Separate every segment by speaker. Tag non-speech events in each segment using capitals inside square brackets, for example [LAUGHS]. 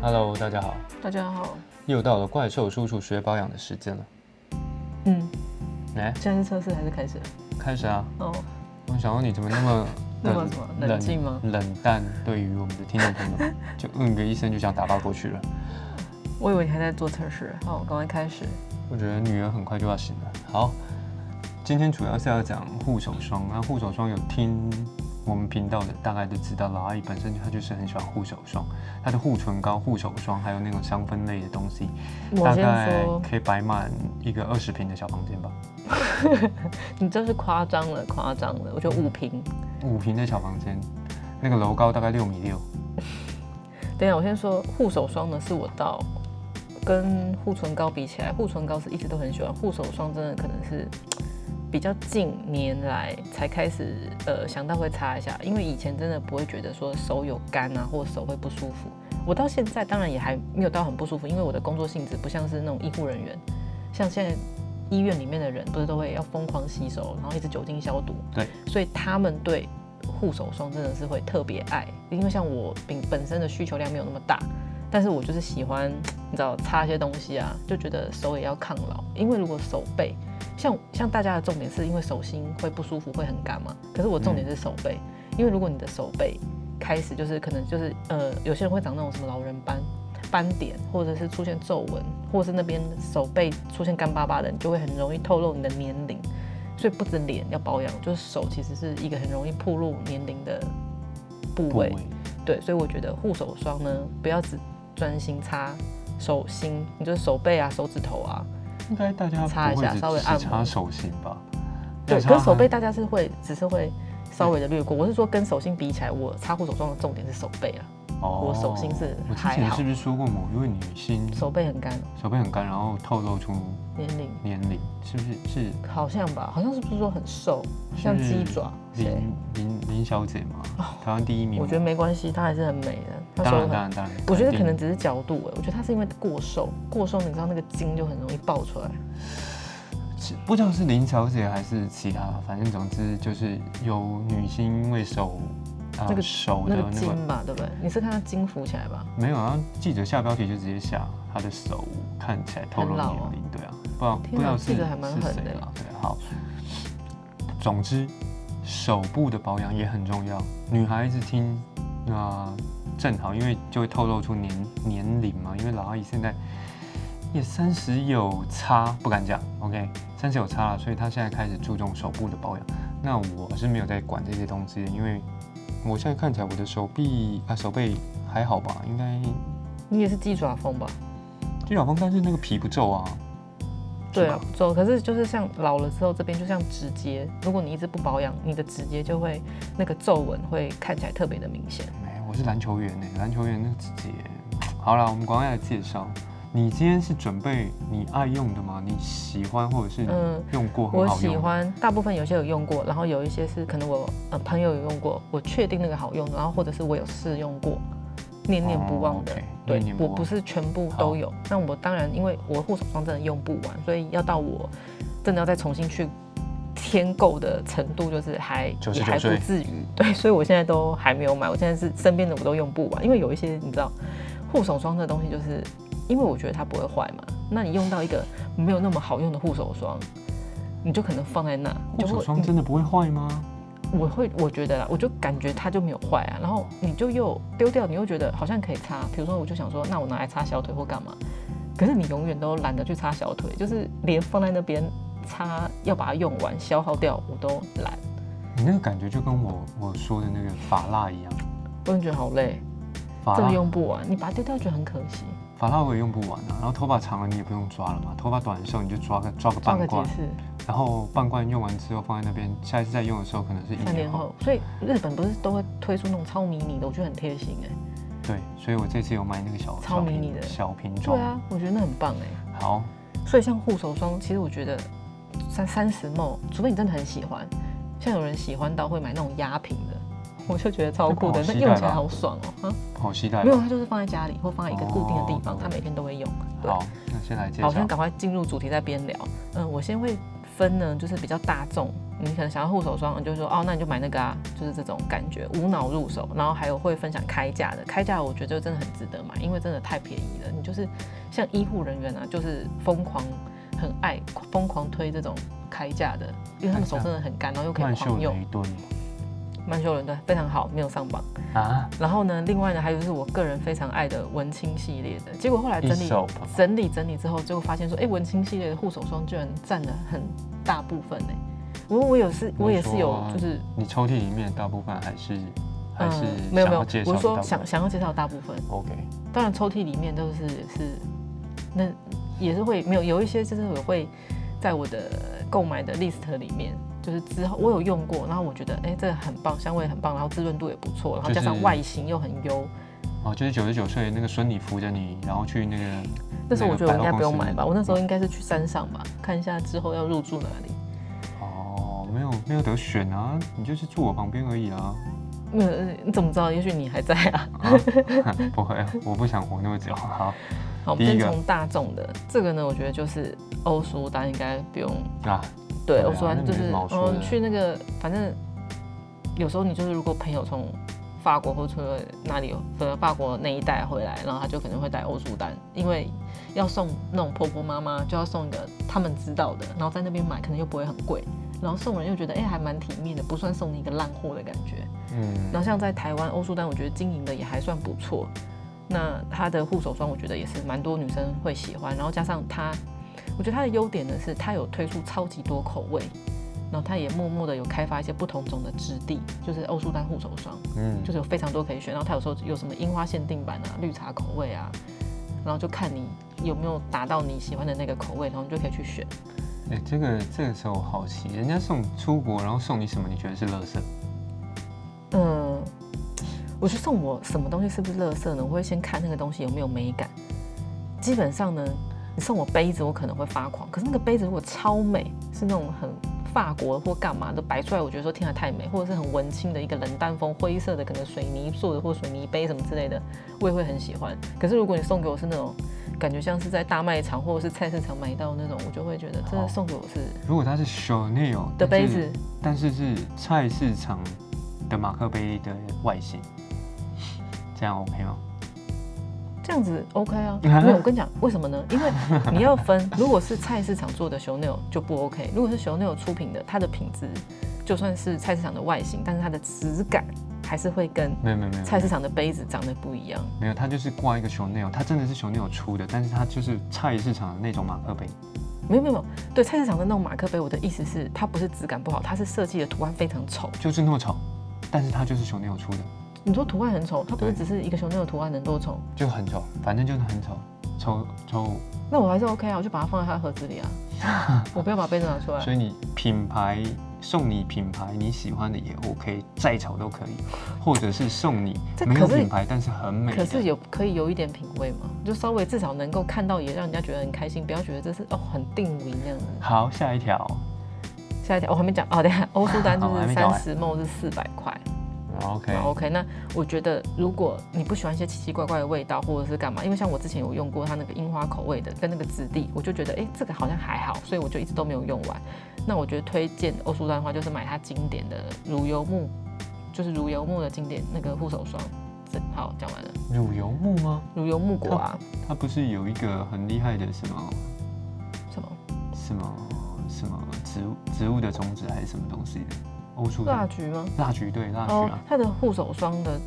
Speaker 1: Hello，大家好，
Speaker 2: 大家好，
Speaker 1: 又到了怪兽叔叔学保养的时间了。
Speaker 2: 嗯，
Speaker 1: 来，
Speaker 2: 现在是测试还是开始？
Speaker 1: 开始啊！
Speaker 2: 哦，
Speaker 1: 我想问你怎么那么
Speaker 2: 那么什么冷静吗
Speaker 1: 冷淡，对于我们的听众
Speaker 2: [LAUGHS]
Speaker 1: 朋友，就嗯个一声就想打发过去了。
Speaker 2: 我以为你还在做测试。好，赶快开始。
Speaker 1: 我觉得女儿很快就要醒了。好，今天主要是要讲护手霜。那护手霜有听我们频道的大概就知道了，阿姨本身她就是很喜欢护手霜，她的护唇膏、护手霜还有那种香氛类的东西，
Speaker 2: 我
Speaker 1: 大
Speaker 2: 先
Speaker 1: 概
Speaker 2: 说，
Speaker 1: 可以摆满一个二十平的小房间吧，
Speaker 2: 你这是夸张了，夸张了。我觉得五瓶。
Speaker 1: 五平的小房间，那个楼高大概六米六。
Speaker 2: 等一下，我先说护手霜呢，是我到跟护唇膏比起来，护唇膏是一直都很喜欢，护手霜真的可能是比较近年来才开始呃想到会擦一下，因为以前真的不会觉得说手有干啊，或手会不舒服。我到现在当然也还没有到很不舒服，因为我的工作性质不像是那种医护人员，像现在医院里面的人不是都会要疯狂洗手，然后一直酒精消毒，
Speaker 1: 对，
Speaker 2: 所以他们对护手霜真的是会特别爱，因为像我本本身的需求量没有那么大，但是我就是喜欢你知道擦一些东西啊，就觉得手也要抗老，因为如果手背像像大家的重点是因为手心会不舒服会很干嘛，可是我重点是手背，因为如果你的手背开始就是可能就是呃有些人会长那种什么老人斑。斑点，或者是出现皱纹，或者是那边手背出现干巴巴的，你就会很容易透露你的年龄。所以不止脸要保养，就是手其实是一个很容易暴露年龄的部
Speaker 1: 部
Speaker 2: 位。
Speaker 1: 位
Speaker 2: 对，所以我觉得护手霜呢，不要只专心擦手心，你就是手背啊、手指头啊。
Speaker 1: 应该大家
Speaker 2: 擦一
Speaker 1: 不会
Speaker 2: 下
Speaker 1: 只
Speaker 2: 稍微
Speaker 1: 只
Speaker 2: 按
Speaker 1: 擦
Speaker 2: 摩
Speaker 1: 手心吧？
Speaker 2: 对，
Speaker 1: 要
Speaker 2: 可
Speaker 1: 擦
Speaker 2: 是手背大家是会，只是会稍微的略过。我是说跟手心比起来，我擦护手霜的重点是手背啊，
Speaker 1: 哦
Speaker 2: 我手心是
Speaker 1: 我之
Speaker 2: 还
Speaker 1: 前
Speaker 2: 好
Speaker 1: 是不是说过某一位女星
Speaker 2: 手背很干，
Speaker 1: 手背很干，然后透露出
Speaker 2: 年龄
Speaker 1: 年龄，是不是是
Speaker 2: 好像吧，好像是不是说很瘦，
Speaker 1: 是
Speaker 2: 像鸡爪？谁？
Speaker 1: 林林林小姐嘛，台湾第一名嘛。
Speaker 2: 我觉得没关系，她还是很美的。她
Speaker 1: 嗯当
Speaker 2: 手
Speaker 1: 然
Speaker 2: 很
Speaker 1: 当然当然，
Speaker 2: 我觉得
Speaker 1: 肯
Speaker 2: 可能
Speaker 1: 定
Speaker 2: 只是角度哎、我觉得他是因为过瘦，过瘦你知道那个筋就很容易爆出来。
Speaker 1: 是不知道是林小姐还是其他，反正总之就是有女星因为手啊、
Speaker 2: 那个
Speaker 1: 手的
Speaker 2: 那个
Speaker 1: 那
Speaker 2: 筋
Speaker 1: 个
Speaker 2: 吧，对不对？你是看他筋浮起来吧？
Speaker 1: 没有啊，记者下标题就直接下她的手看起来透露
Speaker 2: 很
Speaker 1: 年
Speaker 2: 老哦
Speaker 1: 龄，对啊，不知道不
Speaker 2: 天
Speaker 1: 知
Speaker 2: 哪
Speaker 1: 道是
Speaker 2: 记者还蛮
Speaker 1: 是
Speaker 2: 狠
Speaker 1: 谁
Speaker 2: 的
Speaker 1: 啦，对啊，好。总之，手部的保养也很重要。女孩子听啊、正好，因为就会透露出年年龄嘛，因为老阿姨现在也三十有差，不敢讲，OK，三十有差了，所以她现在开始注重手部的保养。那我是没有在管这些东西的，因为我现在看起来我的手臂啊手背还好吧，应该哦
Speaker 2: 你也是鸡爪风吧？
Speaker 1: 就小风，但是那个皮不皱啊，
Speaker 2: 对
Speaker 1: 是
Speaker 2: 啊
Speaker 1: 吧，
Speaker 2: 走。可是就是像老了之后，这边就像指节，如果你一直不保养，你的指节就会那个皱纹会看起来特别的明显。
Speaker 1: 没，我是篮球员呢，篮球员那个指节。好了，我们赶快来介绍。你今天是准备你爱用的吗？你喜欢或者是你
Speaker 2: 嗯
Speaker 1: 用过
Speaker 2: 我
Speaker 1: 很好用？
Speaker 2: 喜。欢，大部分有些有用过，然后有一些是可能我呃朋友有用过，我确定那个好用，然后或者是我有试用过，念念不忘的。
Speaker 1: 哦，OK，
Speaker 2: 对
Speaker 1: 念念，不
Speaker 2: 我
Speaker 1: 忘
Speaker 2: 不是全部都有。那我当然，因为我护手霜真的用不完，所以要到我真的要再重新去添购的程度，就是还
Speaker 1: 99
Speaker 2: 也还不
Speaker 1: 岁
Speaker 2: 至于。 [LAUGHS] 对，所以我现在都还没有买，我现在是身边的我都用不完，因为有一些你知道，护手霜这东西就是因为我觉得它不会坏嘛，那你用到一个没有那么好用的护手霜。你就可能放在那，
Speaker 1: 护手
Speaker 2: 你
Speaker 1: 霜
Speaker 2: 就会
Speaker 1: 真的不会坏吗？
Speaker 2: 我会，我觉得啦，我就感觉它就没有坏啊，然后你就又丢掉，你又觉得好像可以擦，比如说我就想说，那我拿来擦小腿或干嘛，可是你永远都懒得去擦小腿，就是连放在那边擦要把它用完消耗掉我都懒，
Speaker 1: 你那个感觉就跟我我说的那个发蜡一样，
Speaker 2: 我真的觉得好累，
Speaker 1: 发
Speaker 2: 真的
Speaker 1: 蜡
Speaker 2: 用不完，你把它丢掉觉得很可惜，
Speaker 1: 发蜡我也用不完啊。然后头发长了你也不用抓了嘛，头发短的时候你就抓个抓个
Speaker 2: 装
Speaker 1: 半
Speaker 2: 个几
Speaker 1: 罐，
Speaker 2: 次，
Speaker 1: 然后半罐用完之后放在那边，下一次再用的时候可能是一
Speaker 2: 三
Speaker 1: 年
Speaker 2: 年
Speaker 1: 后。
Speaker 2: 后，所以日本不是都会推出那种超迷你的，我觉得很贴心哎、
Speaker 1: 对，所以我这次有买那个小
Speaker 2: 超
Speaker 1: 小
Speaker 2: 迷
Speaker 1: 瓶
Speaker 2: 你的
Speaker 1: 小瓶
Speaker 2: 对
Speaker 1: 装。
Speaker 2: 啊，我觉得那很棒哎、
Speaker 1: 好，
Speaker 2: 所以像护手霜，其实我觉得三三十梦，除非你真的很喜欢，像有人喜欢到会买那种压瓶的， [LAUGHS] 我就觉得超酷的，
Speaker 1: 那不好
Speaker 2: 那
Speaker 1: 携
Speaker 2: 用
Speaker 1: 带
Speaker 2: 起来
Speaker 1: 吧
Speaker 2: 好爽哦、啊，
Speaker 1: 好期待吧。
Speaker 2: 没有，它就是放在家里或放在一个固定的地
Speaker 1: 哦
Speaker 2: 方，它每天都会用。对
Speaker 1: 好，那先来介
Speaker 2: 好，我先
Speaker 1: 绍。
Speaker 2: 赶快进入主题，再边聊。嗯，我先会分呢，就是比较大众，你可能想要护手霜，你就说哦，那你就买那个啊，就是这种感觉，无脑入手。然后还有会分享开价的，开价我觉得就真的很值得买，因为真的太便宜了。你就是像医护人员啊，就是疯狂很爱疯狂推这种开价的，因为他们手真的很干，然后又可以
Speaker 1: 曼秀
Speaker 2: 狂用。
Speaker 1: 雷敦
Speaker 2: 曼秀雷敦非常好，没有上榜。
Speaker 1: 啊，
Speaker 2: 然后呢，另外呢，还有就是我个人非常爱的文青系列的，结果后来整
Speaker 1: 一
Speaker 2: 理
Speaker 1: 手吧
Speaker 2: 整理整理之后，结果发现说，哎，文青系列的护手霜居然占了很大部分欸呢。我我有是，我也是有，
Speaker 1: 你说
Speaker 2: 就是
Speaker 1: 你抽屉里面大部分还是还是
Speaker 2: 嗯没有
Speaker 1: 想
Speaker 2: 没有
Speaker 1: 要介，绍
Speaker 2: 我
Speaker 1: 的
Speaker 2: 是
Speaker 1: 大部
Speaker 2: 说
Speaker 1: 分
Speaker 2: 想想要介绍的大部分，
Speaker 1: OK，
Speaker 2: 当然抽屉里面都是也是，那也是会没有有一些就是我会在我的购买的 list 里面，就是之后我有用过，然后我觉得哎、诶这个很棒，香味很棒，然后滋润度也不错，然后加
Speaker 1: 就
Speaker 2: 上
Speaker 1: 是
Speaker 2: 外形又很优，
Speaker 1: 哦，就是九十九岁那个孙女扶着你，然后去那个
Speaker 2: 那时候我觉得我应该不用买
Speaker 1: 那个百
Speaker 2: 吧，
Speaker 1: 货公司
Speaker 2: 我那时候应该是去山上吧，看一下之后要入住哪里。
Speaker 1: 哦，没有没有得选啊，你就是住我旁边而已啊。
Speaker 2: 没有，你呃怎么知道？也许你还在
Speaker 1: [LAUGHS]
Speaker 2: 啊。 [LAUGHS]
Speaker 1: 啊不会，啊我不想活那么久。好
Speaker 2: 好，
Speaker 1: 第一
Speaker 2: 先
Speaker 1: 个
Speaker 2: 从大众的这个呢，我觉得就是欧舒丹应该不用。
Speaker 1: 啊，
Speaker 2: 对，
Speaker 1: 对啊
Speaker 2: 欧舒丹就
Speaker 1: 那没
Speaker 2: 是
Speaker 1: 什么好说的
Speaker 2: 嗯，去那个反正有时候你就是如果朋友从法国或者哪里，可能法国那一带回来，然后他就可能会带欧舒丹，因为要送那种婆婆妈妈，就要送一个他们知道的，然后在那边买可能又不会很贵，然后送人又觉得哎、还蛮体面的，不算送你一个烂货的感觉。
Speaker 1: 嗯，
Speaker 2: 然后像在台湾欧舒丹，我觉得经营的也还算不错。那它的护手霜，我觉得也是蛮多女生会喜欢。然后加上它，我觉得它的优点呢是它有推出超级多口味，然后它也默默的有开发一些不同种的质地，就是欧舒丹护手霜，
Speaker 1: 嗯，
Speaker 2: 就是有非常多可以选。然后它有时候有什么樱花限定版啊、绿茶口味啊，然后就看你有没有达到你喜欢的那个口味，然后你就可以去选。
Speaker 1: 哎、这个这个时候我好奇，人家送出国，然后送你什么？你觉得是垃圾？
Speaker 2: 嗯，我去送我什么东西是不是垃圾呢？我会先看那个东西有没有美感。基本上呢，你送我杯子，我可能会发狂。可是那个杯子如果超美，是那种很法国或干嘛的摆出来，我觉得说天啊太美，或者是很文青的一个冷淡风灰色的，可能水泥做的或水泥杯什么之类的，我也会很喜欢。可是如果你送给我是那种感觉像是在大卖场或者是菜市场买到那种，我就会觉得这
Speaker 1: 好
Speaker 2: 送给我是
Speaker 1: 如果它是 Chanel
Speaker 2: 的
Speaker 1: 但
Speaker 2: 杯
Speaker 1: 是
Speaker 2: 子，
Speaker 1: 但是是菜市场的马克杯的外形， [LAUGHS] 这样 OK 吗？
Speaker 2: 这样子 OK 啊？没有，我跟你讲，为什么呢？因为你要分，如果是菜市场做的 Chanel 就不 OK，如果是 Chanel 出品的，它的品质就算是菜市场的外形，但是它的质感还是会跟
Speaker 1: 没有没有没有，
Speaker 2: 菜市场的杯子长得不一样。
Speaker 1: 没有，它就是挂一个 Chanel，它真的是 Chanel 出的，但是它就是菜市场的那种马克杯。
Speaker 2: 没有没有没有，对菜市场的那种马克杯，我的意思是它不是质感不好，它是设计的图案非常丑。
Speaker 1: 就是那么丑，但是它就是熊 l 出的，
Speaker 2: 你说图案很丑，它不是
Speaker 1: 对
Speaker 2: 只是一个 Chanel 的图案能多丑？
Speaker 1: 就很丑，反正就是很丑，丑丑。
Speaker 2: 那我还是 OK 啊，我就把它放在它的盒子里啊，我不要把杯子拿出来。
Speaker 1: 所以你品牌送你品牌你喜欢的也 OK，再丑都可以， [LAUGHS] 或者是送你
Speaker 2: 这
Speaker 1: 没有
Speaker 2: 可是
Speaker 1: 品牌但是很美
Speaker 2: 可
Speaker 1: 的。
Speaker 2: 是有可以有一点品味嘛，就稍微至少能够看到，也让人家觉得很开心，不要觉得这是哦很定位那样子。
Speaker 1: 好，下一条。
Speaker 2: 下一条我、还没讲哦，等一
Speaker 1: [LAUGHS]
Speaker 2: 下欧舒丹就
Speaker 1: 好还
Speaker 2: 是
Speaker 1: 没讲
Speaker 2: 三
Speaker 1: 完
Speaker 2: 十梦是四百块。
Speaker 1: OK，
Speaker 2: 好 OK，那我觉得如果你不喜欢一些奇奇怪怪的味道或者是干嘛，因为像我之前有用过它那个樱花口味的跟那个质地，我就觉得哎、诶这个好像还好，所以我就一直都没有用完。那我觉得推荐欧舒丹的话，就是买它经典的乳油木，就是乳油木的经典那个护手霜。这好，讲完了，
Speaker 1: 乳油木吗？
Speaker 2: 乳油木
Speaker 1: [LAUGHS]
Speaker 2: 果啊，
Speaker 1: 它不是有一个很厉害的什么
Speaker 2: 什么？
Speaker 1: 什么什么植物植物的种子还是什么东西的？欧舒
Speaker 2: 蜡
Speaker 1: 丹
Speaker 2: 菊吗？
Speaker 1: 蜡菊对蜡菊
Speaker 2: 啊哦
Speaker 1: 啊，，
Speaker 2: 它的护手霜的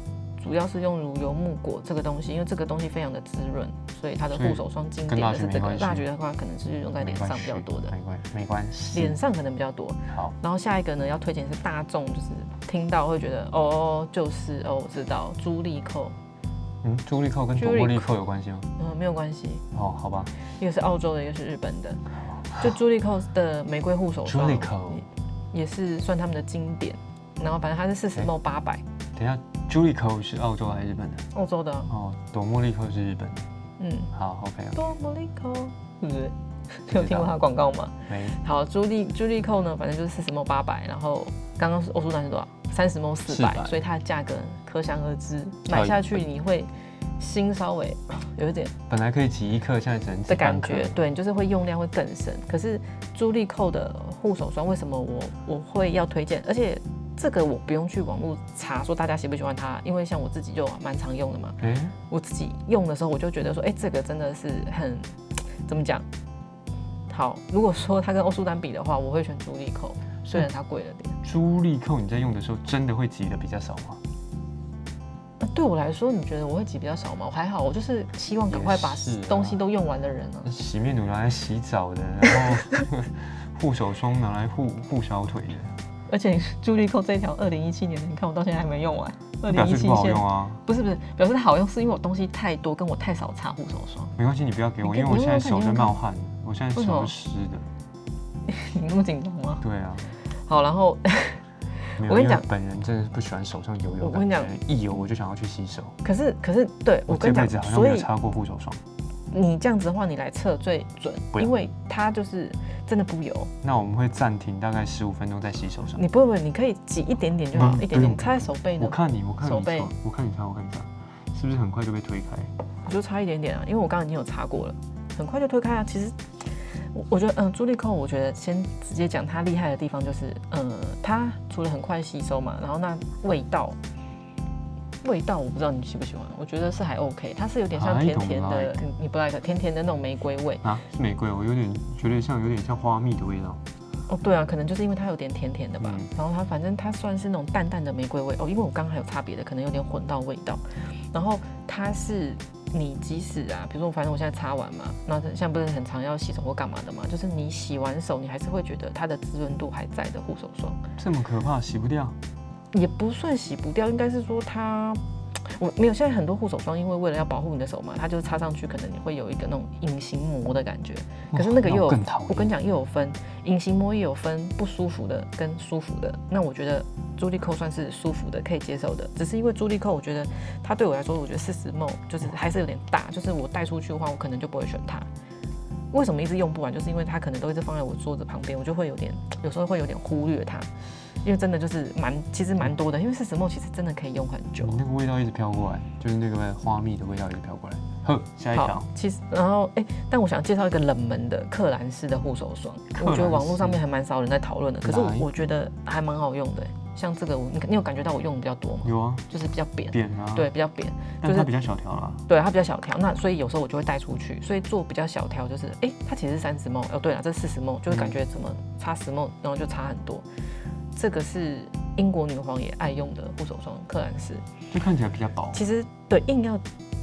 Speaker 2: 主要是用乳油木果这个东西，因为这个东西非常的滋润，所以它的
Speaker 1: 所以
Speaker 2: 护手霜经
Speaker 1: 跟
Speaker 2: 典
Speaker 1: 蜡
Speaker 2: 的
Speaker 1: 菊
Speaker 2: 是这
Speaker 1: 没
Speaker 2: 个
Speaker 1: 关系
Speaker 2: 蜡菊的话，可能是用在脸上比较多的，
Speaker 1: 没关系没关系，
Speaker 2: 脸上可能比较多。
Speaker 1: 好。
Speaker 2: 然后下一个呢，要推荐是大众，就是听到会觉得哦，就是哦，我知道朱莉蔻，
Speaker 1: 嗯，朱莉蔻跟
Speaker 2: 朱
Speaker 1: 朵
Speaker 2: 莉
Speaker 1: 茉莉蔻有关系吗？
Speaker 2: 嗯，没有关系，
Speaker 1: 哦，好吧，
Speaker 2: 一个是澳洲的，一个是日本的，就朱莉蔻的玫瑰护手
Speaker 1: 朱
Speaker 2: 霜
Speaker 1: 莉蔻，
Speaker 2: 也是算他们的经典。然后反正它是四十 ml 八百，
Speaker 1: 等一下，朱莉蔻是澳洲还是日本的？
Speaker 2: 澳洲的啊，
Speaker 1: 哦，朵茉莉蔻是日本的。
Speaker 2: 嗯，
Speaker 1: 好，OK，
Speaker 2: 多么利口，是不是？
Speaker 1: 知道
Speaker 2: 有听过他的广告吗？
Speaker 1: 没
Speaker 2: 好，朱莉朱莉蔻呢，反正就是四十毛八百，然后刚刚是啊欧舒丹是多少？三十毛四百，
Speaker 1: 400
Speaker 2: 所以它的价格可想而知，
Speaker 1: 超
Speaker 2: 买
Speaker 1: 级
Speaker 2: 下去你会心稍微 [COUGHS] 有一点
Speaker 1: 本来可以挤一克，现在只能挤
Speaker 2: 的感
Speaker 1: 半克
Speaker 2: 觉，对你就是会用量会更深。可是朱莉蔻的护手霜为什么我我会要推荐？而且这个我不用去网络查说大家喜不喜欢它，因为像我自己就蛮常用的嘛。
Speaker 1: 哎、
Speaker 2: 我自己用的时候，我就觉得说，哎、这个真的是很怎么讲？好，如果说它跟欧舒丹比的话，我会选朱莉蔻，虽然它贵了点。
Speaker 1: 朱莉蔻你在用的时候真的会挤的比较少吗？
Speaker 2: 那对我来说，你觉得我会挤比较少吗？我还好，我就是希望赶快把
Speaker 1: 也是啊嗯
Speaker 2: 东西都用完的人啊。
Speaker 1: 洗面乳拿来洗澡
Speaker 2: [LAUGHS]
Speaker 1: 的，然后护手霜拿来护护小腿的，
Speaker 2: 而且朱莉蔻这一条，二零一七年的，你看我到现在还没用完。二零
Speaker 1: 表
Speaker 2: 一
Speaker 1: 示
Speaker 2: 七
Speaker 1: 不好
Speaker 2: 现
Speaker 1: 用啊。
Speaker 2: 不是不是，表示它好用是因为我东西太多，跟我太少擦护手霜。 [LAUGHS]
Speaker 1: 没关系，你不要给我，
Speaker 2: 你
Speaker 1: 因
Speaker 2: 可以
Speaker 1: 为我现在
Speaker 2: 你用
Speaker 1: 手在
Speaker 2: 用看你用
Speaker 1: 冒汗，我现在
Speaker 2: 为什
Speaker 1: 手
Speaker 2: 么
Speaker 1: 是湿的。
Speaker 2: 你那么紧张吗？
Speaker 1: 对啊，
Speaker 2: 好，然后 [LAUGHS]
Speaker 1: 没有，
Speaker 2: 我跟你
Speaker 1: 因为
Speaker 2: 讲
Speaker 1: 本人真的是不喜欢手上油油
Speaker 2: 我
Speaker 1: 的
Speaker 2: 跟你
Speaker 1: 感觉，一油我就想要去洗手。
Speaker 2: 可是可是对我
Speaker 1: 我
Speaker 2: 跟
Speaker 1: 这辈
Speaker 2: 你
Speaker 1: 子
Speaker 2: 讲，
Speaker 1: 好像没
Speaker 2: 所
Speaker 1: 有
Speaker 2: 以
Speaker 1: 擦过护手霜。
Speaker 2: 你这样子的话，你来测最准
Speaker 1: 不，要
Speaker 2: 因为它就是真的不油。
Speaker 1: 那我们会暂停大概十五分钟在洗手上。
Speaker 2: 你不会不会，你可以挤一点点就好，
Speaker 1: 嗯
Speaker 2: 一点
Speaker 1: 不
Speaker 2: 点
Speaker 1: 用
Speaker 2: 擦在手背
Speaker 1: 我
Speaker 2: 呢，
Speaker 1: 看你，我看
Speaker 2: 手
Speaker 1: 你
Speaker 2: 背
Speaker 1: 擦，我看你擦，我看你擦，是不是很快就被推开？
Speaker 2: 我就擦一点点啊，因为我刚刚已经有擦过了，很快就推开啊。其实我我觉得，嗯，朱莉蔻，我觉得先直接讲它厉害的地方就是，嗯，它除了很快吸收嘛，然后那味道。味道我不知道你喜不喜欢，我觉得是还 OK，它是有点像
Speaker 1: I
Speaker 2: 甜甜
Speaker 1: don't
Speaker 2: 的，你你不 like 甜甜的那种玫瑰味。
Speaker 1: 啊，是玫瑰，我有点觉得像有点像花蜜的味道。
Speaker 2: 哦，对啊，可能就是因为它有点甜甜的吧。
Speaker 1: 嗯
Speaker 2: 然后它反正它算是那种淡淡的玫瑰味哦，因为我刚刚还有差别的，可能有点混到味道。然后它是你即使啊，比如说反正我现在擦完嘛，那现在不是很常要洗手或干嘛的嘛，就是你洗完手，你还是会觉得它的滋润度还在的护手霜，
Speaker 1: 这么可怕，洗不掉。
Speaker 2: 也不算洗不掉，应该是说它。我没有，现在很多护手霜，因为为了要保护你的手嘛，它就是擦上去可能你会有一个那种隐形膜的感觉。可是那个
Speaker 1: 哇
Speaker 2: 又有
Speaker 1: 我更讨厌。
Speaker 2: 我跟你讲，又有分隐形膜也有分不舒服的跟舒服的。那我觉得朱莉蔻算是舒服的，可以接受的。只是因为朱莉蔻，我觉得它对我来说，我觉得四十 ml 就是还是有点大，就是我带出去的话，我可能就不会选它。为什么一直用不完？就是因为它可能都一直放在我桌子旁边，我就会有点，有时候会有点忽略它，因为真的就是蛮，其实蛮多的。因为四十 ml 其实真的可以用很久。
Speaker 1: 你那个味道一直飘过来，就是那个花蜜的味道一直飘过来。呵，下一条
Speaker 2: 好，，其实然后哎、但我想介绍一个冷门的克兰氏的护手霜，
Speaker 1: 克
Speaker 2: 我觉得
Speaker 1: 兰
Speaker 2: 网络上
Speaker 1: 氏
Speaker 2: 面还蛮少人在讨论的，可是我
Speaker 1: 来
Speaker 2: 我觉得还蛮好用的、像这个我你你有感觉到我用的比较多吗？
Speaker 1: 有啊，
Speaker 2: 就是比较扁，
Speaker 1: 扁啊，
Speaker 2: 对，，比较扁，
Speaker 1: 但
Speaker 2: 就是
Speaker 1: 它比较小条啦。
Speaker 2: 对它比较小条，那所以有时候我就会带出去，所以做比较小条就是，哎、它其实是三十 ml，哦对了，这四十 ml 就会感觉怎么差十 ml，然后就差很多。这个是英国女皇也爱用的护手霜克兰氏，
Speaker 1: 就看起来比较薄。
Speaker 2: 其实对硬要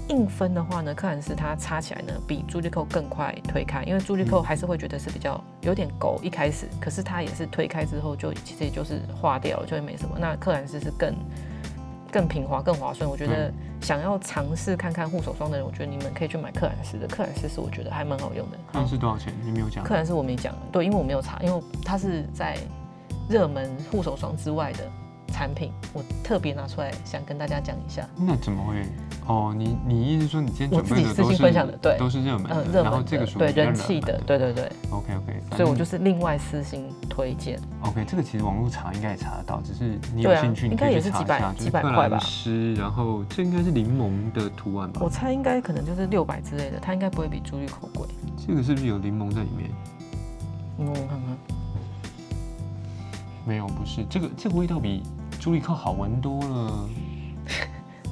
Speaker 2: 硬分的话呢，克兰斯它擦起来呢比朱莉蔻更快推开，因为朱莉蔻
Speaker 1: 嗯
Speaker 2: 还是会觉得是比较有点狗一开始，可是它也是推开之后就其实也就是化掉了，就会没什么。那克兰斯是更更平滑、更滑顺。我觉得
Speaker 1: 对
Speaker 2: 想要尝试看看护手霜的人，我觉得你们可以去买克兰斯的，克兰斯是我觉得还蛮好用的。
Speaker 1: 那是多少钱？你没有讲。
Speaker 2: 克兰斯我没讲，对，因为我没有查，因为它是在热门护手霜之外的产品，我特别拿出来想跟大家讲一下。
Speaker 1: 那怎么会？哦，你你意思说你今天
Speaker 2: 我
Speaker 1: 准
Speaker 2: 自
Speaker 1: 备
Speaker 2: 己
Speaker 1: 的
Speaker 2: 私
Speaker 1: 都
Speaker 2: 信
Speaker 1: 是
Speaker 2: 分享的对
Speaker 1: 都是热门
Speaker 2: 呃
Speaker 1: 的，
Speaker 2: 热
Speaker 1: 然后
Speaker 2: 门
Speaker 1: 这个
Speaker 2: 的
Speaker 1: 属于
Speaker 2: 对
Speaker 1: 比较
Speaker 2: 人
Speaker 1: 冷
Speaker 2: 气的，
Speaker 1: 门嗯
Speaker 2: 对对对，
Speaker 1: OK OK，
Speaker 2: 所以我就是另外私心推荐，
Speaker 1: 嗯 OK，这个其实网络查应该也查得到，只是你有
Speaker 2: 对啊
Speaker 1: 兴趣，你
Speaker 2: 应
Speaker 1: 可
Speaker 2: 该
Speaker 1: 以
Speaker 2: 也
Speaker 1: 去
Speaker 2: 是
Speaker 1: 查
Speaker 2: 几
Speaker 1: 一
Speaker 2: 百
Speaker 1: 下，就是
Speaker 2: 几百
Speaker 1: 克
Speaker 2: 块吧
Speaker 1: 兰诗，然后这应该是柠檬的图案吧
Speaker 2: 我？猜应该可能就是六百之类的，它应该不会比朱玉口贵。
Speaker 1: 这个是不是有柠檬在里面？
Speaker 2: 嗯，我看看，
Speaker 1: 没有，不是，这个这个味道比朱莉蔻好闻多
Speaker 2: [LAUGHS]
Speaker 1: 了。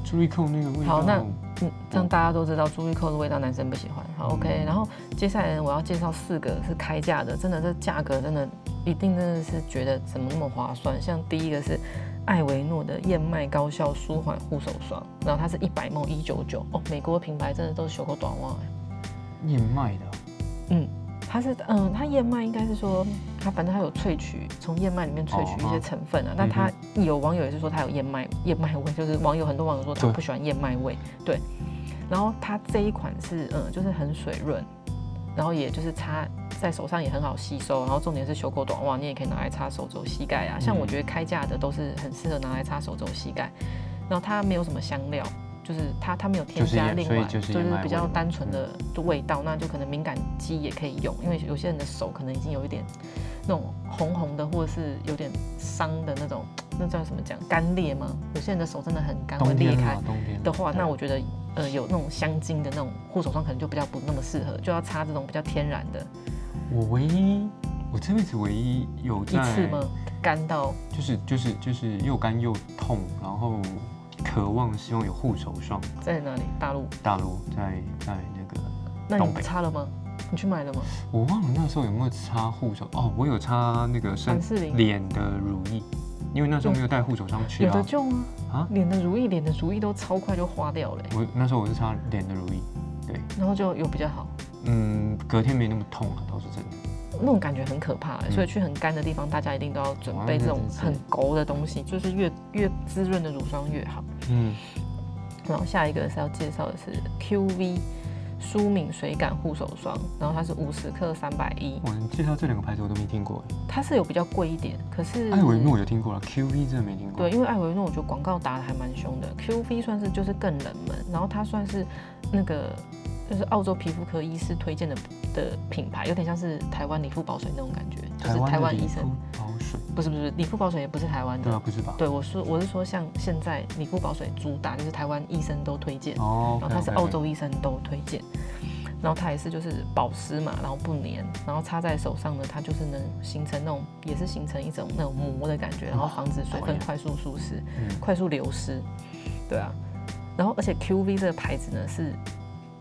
Speaker 1: 朱莉蔻那个味道，
Speaker 2: 好那嗯，这样大家都知道朱玉蔻的味道男生不喜欢。好
Speaker 1: 嗯
Speaker 2: ，OK，然后接下来呢我要介绍四个是开价的，真的这价格真的一定真的是觉得怎么那么划算。像第一个是艾维诺的燕麦高效舒缓护手霜，然后它是一百梦一九九哦，美国品牌真的都是修过短袜、欸。
Speaker 1: 燕麦的，啊
Speaker 2: 它是嗯，它燕麦应该是说它反正它有萃取，从燕麦里面萃取一
Speaker 1: 哦
Speaker 2: 些成分啊。那它有网友也是说它有燕麦燕麦味，就是网友很多网友说他
Speaker 1: 对
Speaker 2: 不喜欢燕麦味，对。然后它这一款是嗯，就是很水润，然后也就是擦在手上也很好吸收，然后重点是修口短袜，你也可以拿来擦手肘、膝盖啊。像我
Speaker 1: 嗯
Speaker 2: 觉得开架的都是很适合拿来擦手肘、膝盖，然后它没有什么香料。就是它，它没有添
Speaker 1: 就是
Speaker 2: 加
Speaker 1: 燕
Speaker 2: 另
Speaker 1: 所以
Speaker 2: 外，
Speaker 1: 就是
Speaker 2: 就
Speaker 1: 燕
Speaker 2: 是
Speaker 1: 麦
Speaker 2: 比
Speaker 1: 味
Speaker 2: 较
Speaker 1: 嘛
Speaker 2: 单纯的
Speaker 1: 嗯
Speaker 2: 就味道，那就可能敏感肌也可以用，因为有些人的手可能已经有一点那种红红的，或者是有点伤的那种，那叫什么讲干裂吗？有些人的手真的很干，会
Speaker 1: 冬
Speaker 2: 裂
Speaker 1: 天
Speaker 2: 开
Speaker 1: 啊，冬天
Speaker 2: 的话，
Speaker 1: 对
Speaker 2: 那我觉得呃有那种香精的那种护手霜，可能就比较不那么适合，就要擦这种比较天然的。
Speaker 1: 我唯一，我这辈子唯一有
Speaker 2: 一次
Speaker 1: 在，
Speaker 2: 吗？干到
Speaker 1: 就是就是就是又干又痛，然后渴望希望有护手霜。
Speaker 2: 在哪里？大陆？
Speaker 1: 大陆在在那个，
Speaker 2: 那
Speaker 1: 东
Speaker 2: 你
Speaker 1: 北
Speaker 2: 擦了吗？你去买了吗？
Speaker 1: 我忘了那时候有没有擦护手哦，我有擦那个身
Speaker 2: 凡士林
Speaker 1: 脸的乳液，因为那时候没有带护手霜去
Speaker 2: 有的
Speaker 1: 啊。
Speaker 2: 救吗？
Speaker 1: 啊
Speaker 2: 脸的如意，脸的如意都超快就花掉了欸、
Speaker 1: 我那时候我是擦脸的乳液，对，
Speaker 2: 然后就有比较好，
Speaker 1: 嗯，隔天没那么痛了、啊，倒是真的。
Speaker 2: 那种感觉很可怕
Speaker 1: 嗯
Speaker 2: 欸、
Speaker 1: 哦
Speaker 2: 所以去很干的地方，大家一定都要准备这种
Speaker 1: 哇那真是
Speaker 2: 很勾的东西，就是越越滋润的乳霜越好。
Speaker 1: 嗯，
Speaker 2: 然后下一个是要介绍的是 QV 舒敏水感护手霜，然后它是五十克三百一，
Speaker 1: 我介绍这两个牌子我都没听过哎，
Speaker 2: 它是有比较贵一点，可是
Speaker 1: 艾维诺有听过了，QV 真的没听过。
Speaker 2: 对，因为艾维诺我觉得广告打的还蛮凶的，QV 算是就是更冷门，然后它算是那个就是澳洲皮肤科医师推荐的的品牌，有点像是台湾理肤保水那种感觉，就是台
Speaker 1: 湾的
Speaker 2: 湾
Speaker 1: 理
Speaker 2: 医
Speaker 1: 肤
Speaker 2: 生
Speaker 1: 保水，
Speaker 2: 不是不是理肤保水也不是台湾
Speaker 1: 对
Speaker 2: 的，
Speaker 1: 啊，不是吧？
Speaker 2: 对我说我是说像现在理肤保水主打就是台湾医生都推荐，
Speaker 1: 哦，
Speaker 2: 然后它是澳洲医生都推荐，然后它也是就是保湿嘛，然后不粘，然后擦在手上呢，它就是能形成那种也是形成一种那种膜的感觉，然后防止水
Speaker 1: 讨
Speaker 2: 分
Speaker 1: 厌
Speaker 2: 快速疏失、
Speaker 1: 嗯
Speaker 2: 快速流失，对啊，然后而且 QV 这个牌子呢是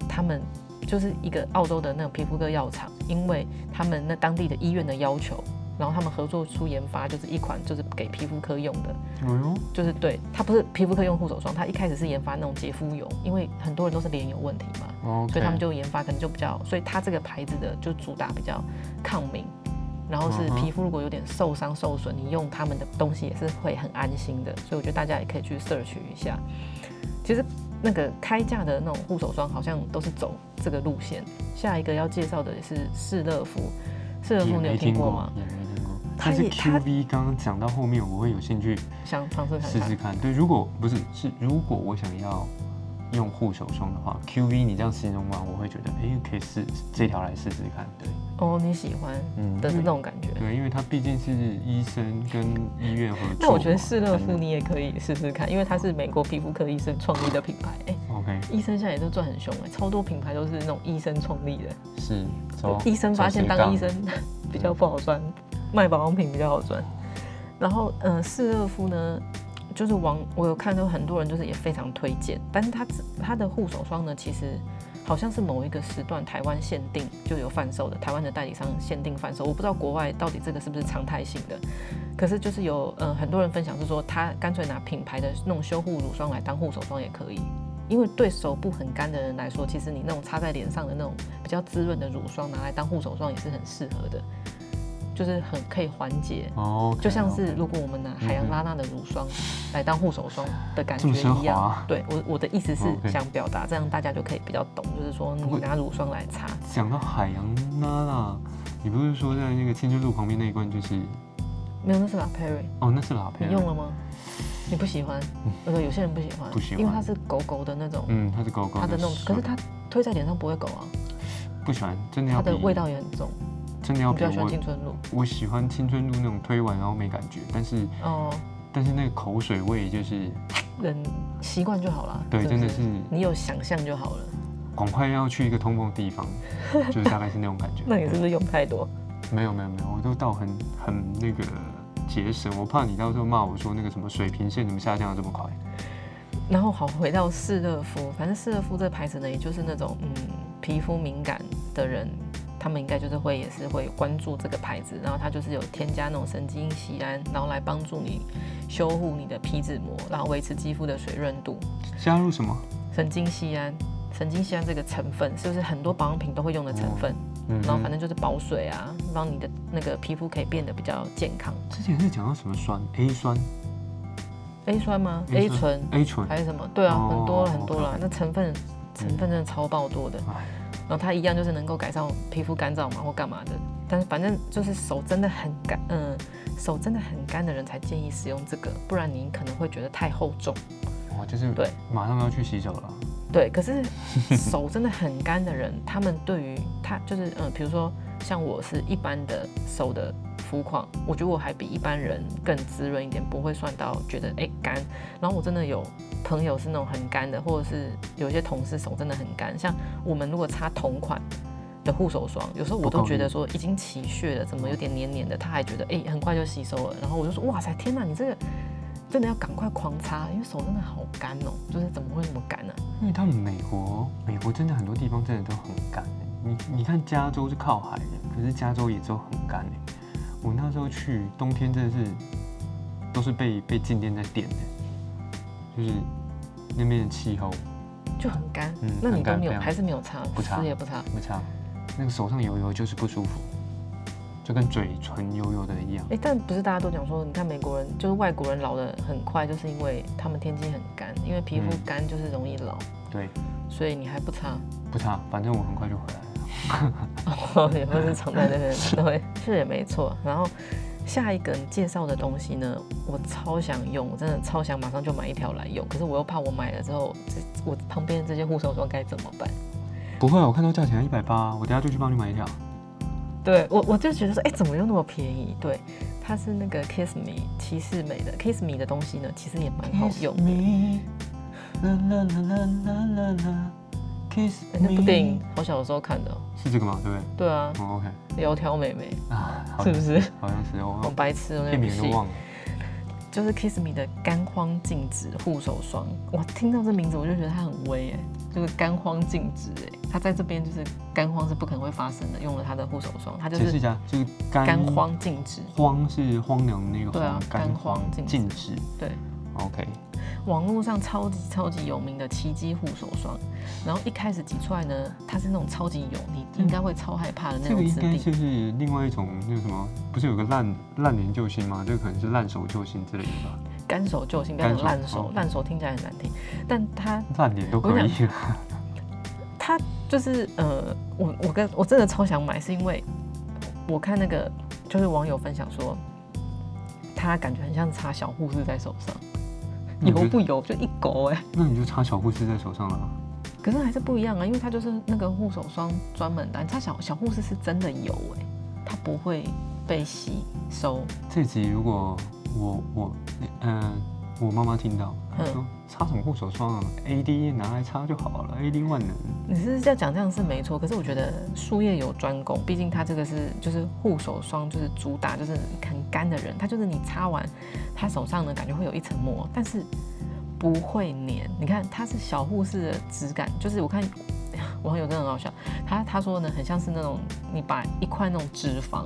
Speaker 2: 他们。就是一个澳洲的那种皮肤科药厂，因为他们那当地的医院的要求，然后他们合作出研发，就是一款就是给皮肤科用的，
Speaker 1: 有哟，
Speaker 2: 就是对它不是皮肤科用护手霜，它一开始是研发那种洁肤油，因为很多人都是脸有问题嘛，
Speaker 1: 哦，
Speaker 2: 所以他们就研发可能就比较，所以它这个牌子的就主打比较抗敏，然后是
Speaker 1: 嗯哼
Speaker 2: 皮肤如果有点受伤受损，你用他们的东西也是会很安心的，所以我觉得大家也可以去 search 一下。其实那个开价的那种护手霜好像都是走这个路线。下一个要介绍的也是士乐芙，士乐
Speaker 1: 也
Speaker 2: 芙你有
Speaker 1: 没
Speaker 2: 听
Speaker 1: 听
Speaker 2: 过
Speaker 1: 过
Speaker 2: 吗？，
Speaker 1: 也没听过。
Speaker 2: 它
Speaker 1: 但是
Speaker 2: 也它
Speaker 1: QV 刚刚讲到后面，我会有兴趣
Speaker 2: 想尝试看
Speaker 1: 试
Speaker 2: 看
Speaker 1: 试。看。对，如果不是是如果我想要用护手霜的话，QV 你这样形容完，我会觉得哎，可以试这条来试试看。对，
Speaker 2: 哦，你喜欢
Speaker 1: 嗯
Speaker 2: 的
Speaker 1: 因
Speaker 2: 那
Speaker 1: 为
Speaker 2: 种感觉。
Speaker 1: 对，因为它毕竟是医生跟医院合作嘛。
Speaker 2: 那我觉得士乐
Speaker 1: 真
Speaker 2: 芙
Speaker 1: 的
Speaker 2: 你也可以试试看，因为它是美国皮肤科医生创立的品牌。哎、
Speaker 1: OK
Speaker 2: 医生现在也都赚很凶哎、超多品牌都是那种医生创立的。
Speaker 1: 是走
Speaker 2: 医生发现
Speaker 1: 走斜
Speaker 2: 当
Speaker 1: 杠
Speaker 2: 医生 [LAUGHS] 比较不好赚，卖保养品比较好赚。然后，嗯、呃，士乐夫呢，就是网我有看到很多人就是也非常推荐，但是它只它的护手霜呢，其实好像是某一个时段台湾限定就有贩售的，台湾的代理商限定贩售，我不知道国外到底这个是不是常态性的。可是就是有呃很多人分享是说，他干脆拿品牌的那种修护乳霜来当护手霜也可以，因为对手部很干的人来说，其实你那种擦在脸上的那种比较滋润的乳霜啊拿来当护手霜也是很适合的，就是很可以缓解。
Speaker 1: 哦，
Speaker 2: 就像是如果我们拿海洋拉娜的乳霜来当护手霜的感觉
Speaker 1: 这么奢
Speaker 2: 一样
Speaker 1: 华，
Speaker 2: 对我我的意思是
Speaker 1: OK
Speaker 2: 想表达，这样大家就可以比较懂，就是说你
Speaker 1: 过
Speaker 2: 拿乳霜来擦，
Speaker 1: 讲到海洋娜娜，你不是说在那个千秋路旁边那一罐就是
Speaker 2: 没有那是吧，Perry？
Speaker 1: 哦，那是拉佩尔
Speaker 2: 你用了吗？你不喜欢？呃，有些人不喜
Speaker 1: 嗯
Speaker 2: 欢，
Speaker 1: 不喜欢
Speaker 2: 因为它是狗狗的那种，
Speaker 1: 嗯，它是狗狗
Speaker 2: 它的那种，可是它推在脸上不会狗啊，
Speaker 1: 不喜欢，真的要
Speaker 2: 它的
Speaker 1: 比
Speaker 2: 味道也很重。
Speaker 1: 真的
Speaker 2: 你
Speaker 1: 要
Speaker 2: 比
Speaker 1: 比
Speaker 2: 较喜欢青
Speaker 1: 我
Speaker 2: 春露
Speaker 1: 我喜欢青春露那种推完然后没感觉，但是
Speaker 2: 哦，
Speaker 1: 但是那个口水味就是
Speaker 2: 人习惯就好啦。
Speaker 1: 对，
Speaker 2: 不
Speaker 1: 真的是
Speaker 2: 你有想象就好了。
Speaker 1: 赶快要去一个通风的地
Speaker 2: [LAUGHS]
Speaker 1: 方，就是大概是那种感觉。
Speaker 2: 那你是不是用太多？
Speaker 1: 对没有没有没有，我都到很很那个节省，我怕你到时候骂我说那个什么水平线怎么下降的这么快。
Speaker 2: 然后好，回到士乐夫，反正士乐夫这个牌子呢，也就是那种嗯皮肤敏感的人，他们应该就是会也是会关注这个牌子，然后它就是有添加那种神经酰胺，然后来帮助你修护你的皮脂膜，然后维持肌肤的水润度。
Speaker 1: 加入什么？
Speaker 2: 神经酰胺，神经酰胺这个成分是不是很多保养品都会用的成分？
Speaker 1: 嗯哼，
Speaker 2: 然后反正就是保水啊，让你的那个皮肤可以变得比较健康。
Speaker 1: 之前是讲到什么酸？A 酸、
Speaker 2: A 酸吗
Speaker 1: A
Speaker 2: ？A 醇
Speaker 1: A 醇。
Speaker 2: 还是什么？对啊，
Speaker 1: 哦
Speaker 2: 很多了
Speaker 1: 哦
Speaker 2: 很多了
Speaker 1: OK，OK，
Speaker 2: 那成分成分真的超爆多的。
Speaker 1: 哎，
Speaker 2: 然后它一样就是能够改善皮肤干燥嘛或干嘛的，但是反正就是手真的很干，嗯，手真的很干的人才建议使用这个，不然你可能会觉得太厚重。
Speaker 1: 哇，就是
Speaker 2: 对
Speaker 1: 马上要去洗手了。
Speaker 2: 对，可是手真的很干的人，他们对于他就是嗯，比如说像我是一般的手的肤况，我觉得我还比一般人更滋润一点，不会算到觉得哎干。然后我真的有朋友是那种很干的，或者是有些同事手真的很干。像我们如果擦同款的护手霜，有时候我
Speaker 1: 不够
Speaker 2: 都觉
Speaker 1: 力
Speaker 2: 得说已经起屑了，怎么有点黏黏的？他还觉得哎、很快就吸收了。然后我就说哇塞，天哪，你这个真的要赶快狂擦，因为手真的好干哦，就是怎么会那么干呢、
Speaker 1: 因为到美国，美国真的很多地方真的都很干欸、你你看加州是靠海的，可是加州也都很干、欸、我那时候去，冬天真的是都是被被静电在电的、就是那边的气候
Speaker 2: 就很干。
Speaker 1: 嗯
Speaker 2: 那你
Speaker 1: 很
Speaker 2: 都
Speaker 1: 干
Speaker 2: 没
Speaker 1: 非
Speaker 2: 有，
Speaker 1: 常
Speaker 2: 还是没有擦，
Speaker 1: 不擦
Speaker 2: 丝也不擦。
Speaker 1: 不差，那个手上油油就是不舒服，就跟嘴唇油油的一样。
Speaker 2: 哎、但不是大家都讲说，你看美国人就是外国人老的很快，就是因为他们天气很干，因为皮肤
Speaker 1: 嗯
Speaker 2: 干就是容易老，
Speaker 1: 对，
Speaker 2: 所以你还不 [LAUGHS] 擦，
Speaker 1: 不差，反正我很快就回来了。
Speaker 2: 也不是藏在
Speaker 1: [LAUGHS]
Speaker 2: 那边，对，是也没错。然后下一个你介绍的东西呢，我超想用，我真的超想马上就买一条来用，可是我又怕我买了之后，这我旁边这些护手霜该怎么办？
Speaker 1: 不会啊，我看到价钱一百八，我等下就去帮你买一条。
Speaker 2: 对我我就觉得说，哎、怎么又那么便宜？对，它是那个 Kiss Me 骑士美的 Kiss Me 的东西呢，其实也蛮好用。
Speaker 1: me, la la la la la la la, kiss
Speaker 2: 哎那部电影好小的时候看的哦、
Speaker 1: 是这个吗？对不对？
Speaker 2: 对啊，
Speaker 1: 哦，OK、
Speaker 2: 窈窕妹妹
Speaker 1: o k 啊，好
Speaker 2: 是
Speaker 1: 像
Speaker 2: 不是？
Speaker 1: 好像是
Speaker 2: 好
Speaker 1: 我
Speaker 2: 白痴哦、那
Speaker 1: 一
Speaker 2: 部
Speaker 1: 秒就
Speaker 2: 戏
Speaker 1: 忘了。
Speaker 2: 就是 Kiss Me 的干荒静止护手霜。我听到这名字我就觉得它很威哎、就是干荒静止哎、它在这边就是干荒是不可能会发生的，用了它的护手霜，它就
Speaker 1: 解释一
Speaker 2: 是
Speaker 1: 下，就是干
Speaker 2: 干荒静止。
Speaker 1: 荒是荒凉的那个
Speaker 2: 对啊
Speaker 1: 荒，干
Speaker 2: 干荒
Speaker 1: 荒
Speaker 2: 禁止
Speaker 1: 禁止。
Speaker 2: 对，
Speaker 1: OK，
Speaker 2: 网络上超级超级有名的奇迹护手霜，然后一开始挤出来呢，它是那种超级油，你应该会超害怕的那
Speaker 1: 这个
Speaker 2: 种
Speaker 1: 应
Speaker 2: 质
Speaker 1: 该
Speaker 2: 地。
Speaker 1: 就是另外一种那个什么，不是有个烂烂年救星吗？这个可能是烂手救星之类的吧，
Speaker 2: 干手就行，不要
Speaker 1: 干
Speaker 2: 讲
Speaker 1: 手
Speaker 2: 烂
Speaker 1: 哦
Speaker 2: 手，烂手听起来很难听，但它
Speaker 1: 烂脸都
Speaker 2: 我
Speaker 1: 可
Speaker 2: 想
Speaker 1: 以了。
Speaker 2: 它就是呃，我我跟我真的超想买，是因为我看那个就是网友分享说，它感觉很像擦小护士在手上，
Speaker 1: 你
Speaker 2: 油
Speaker 1: 不
Speaker 2: 不嗯油就一勾哎、
Speaker 1: 那你就插小护士在手上了啊。
Speaker 2: 可是还是不一样啊，因为它就是那个护手霜专门的，它小小护士是真的油哎、它不会被吸收，
Speaker 1: 这集如果我我嗯、我妈妈听到，她
Speaker 2: 嗯
Speaker 1: 说擦什么护手霜啊？AD 拿来擦就好了，AD 万能。
Speaker 2: 你是要讲这样是没错，可是我觉得术业有专攻，毕竟它这个是就是护手霜，就是主打就是很干的人，它就是你擦完，它手上呢感觉会有一层膜，但是不会粘。你看它是小护士的质感，就是我看 [LAUGHS] 网友真的很好笑，他他说呢很像是那种你把一块那种脂肪。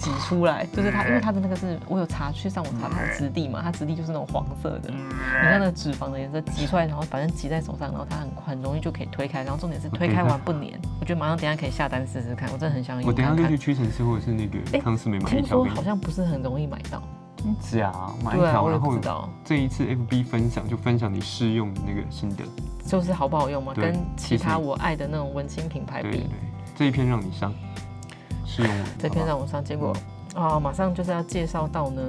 Speaker 2: 挤出来，就是它，因为它的那个是我有查去上网查它的质地嘛，它质地就是那种黄色的，你看那个脂肪的颜色挤出来，然后反正挤在手上，然后它很很容易就可以推开，然后重点是推开完不
Speaker 1: [LAUGHS]
Speaker 2: 粘。我觉得马上等一下可以下单试试看，我真的很想
Speaker 1: 我
Speaker 2: 用
Speaker 1: 等一下
Speaker 2: 看
Speaker 1: 就
Speaker 2: 看
Speaker 1: 去。屈臣氏或者是那个
Speaker 2: 哎
Speaker 1: 康斯美买一
Speaker 2: 听
Speaker 1: 条
Speaker 2: 说
Speaker 1: 给
Speaker 2: 好
Speaker 1: 你。
Speaker 2: 像不是很容易买到，
Speaker 1: 真假？买一
Speaker 2: 对啊，
Speaker 1: 条，
Speaker 2: 我也
Speaker 1: 然
Speaker 2: 不
Speaker 1: 后
Speaker 2: 知道，
Speaker 1: 这一次 FB 分享就分享你试用的那个心得。
Speaker 2: 就是好不好用嘛，
Speaker 1: 对
Speaker 2: 跟
Speaker 1: 其
Speaker 2: 其他
Speaker 1: 实
Speaker 2: 我爱的那种文青品牌
Speaker 1: 对对
Speaker 2: 比
Speaker 1: 对，，这一篇让你上，试用完。
Speaker 2: [LAUGHS] 这篇
Speaker 1: 好
Speaker 2: 让我上，结果啊，马上就是要介绍到呢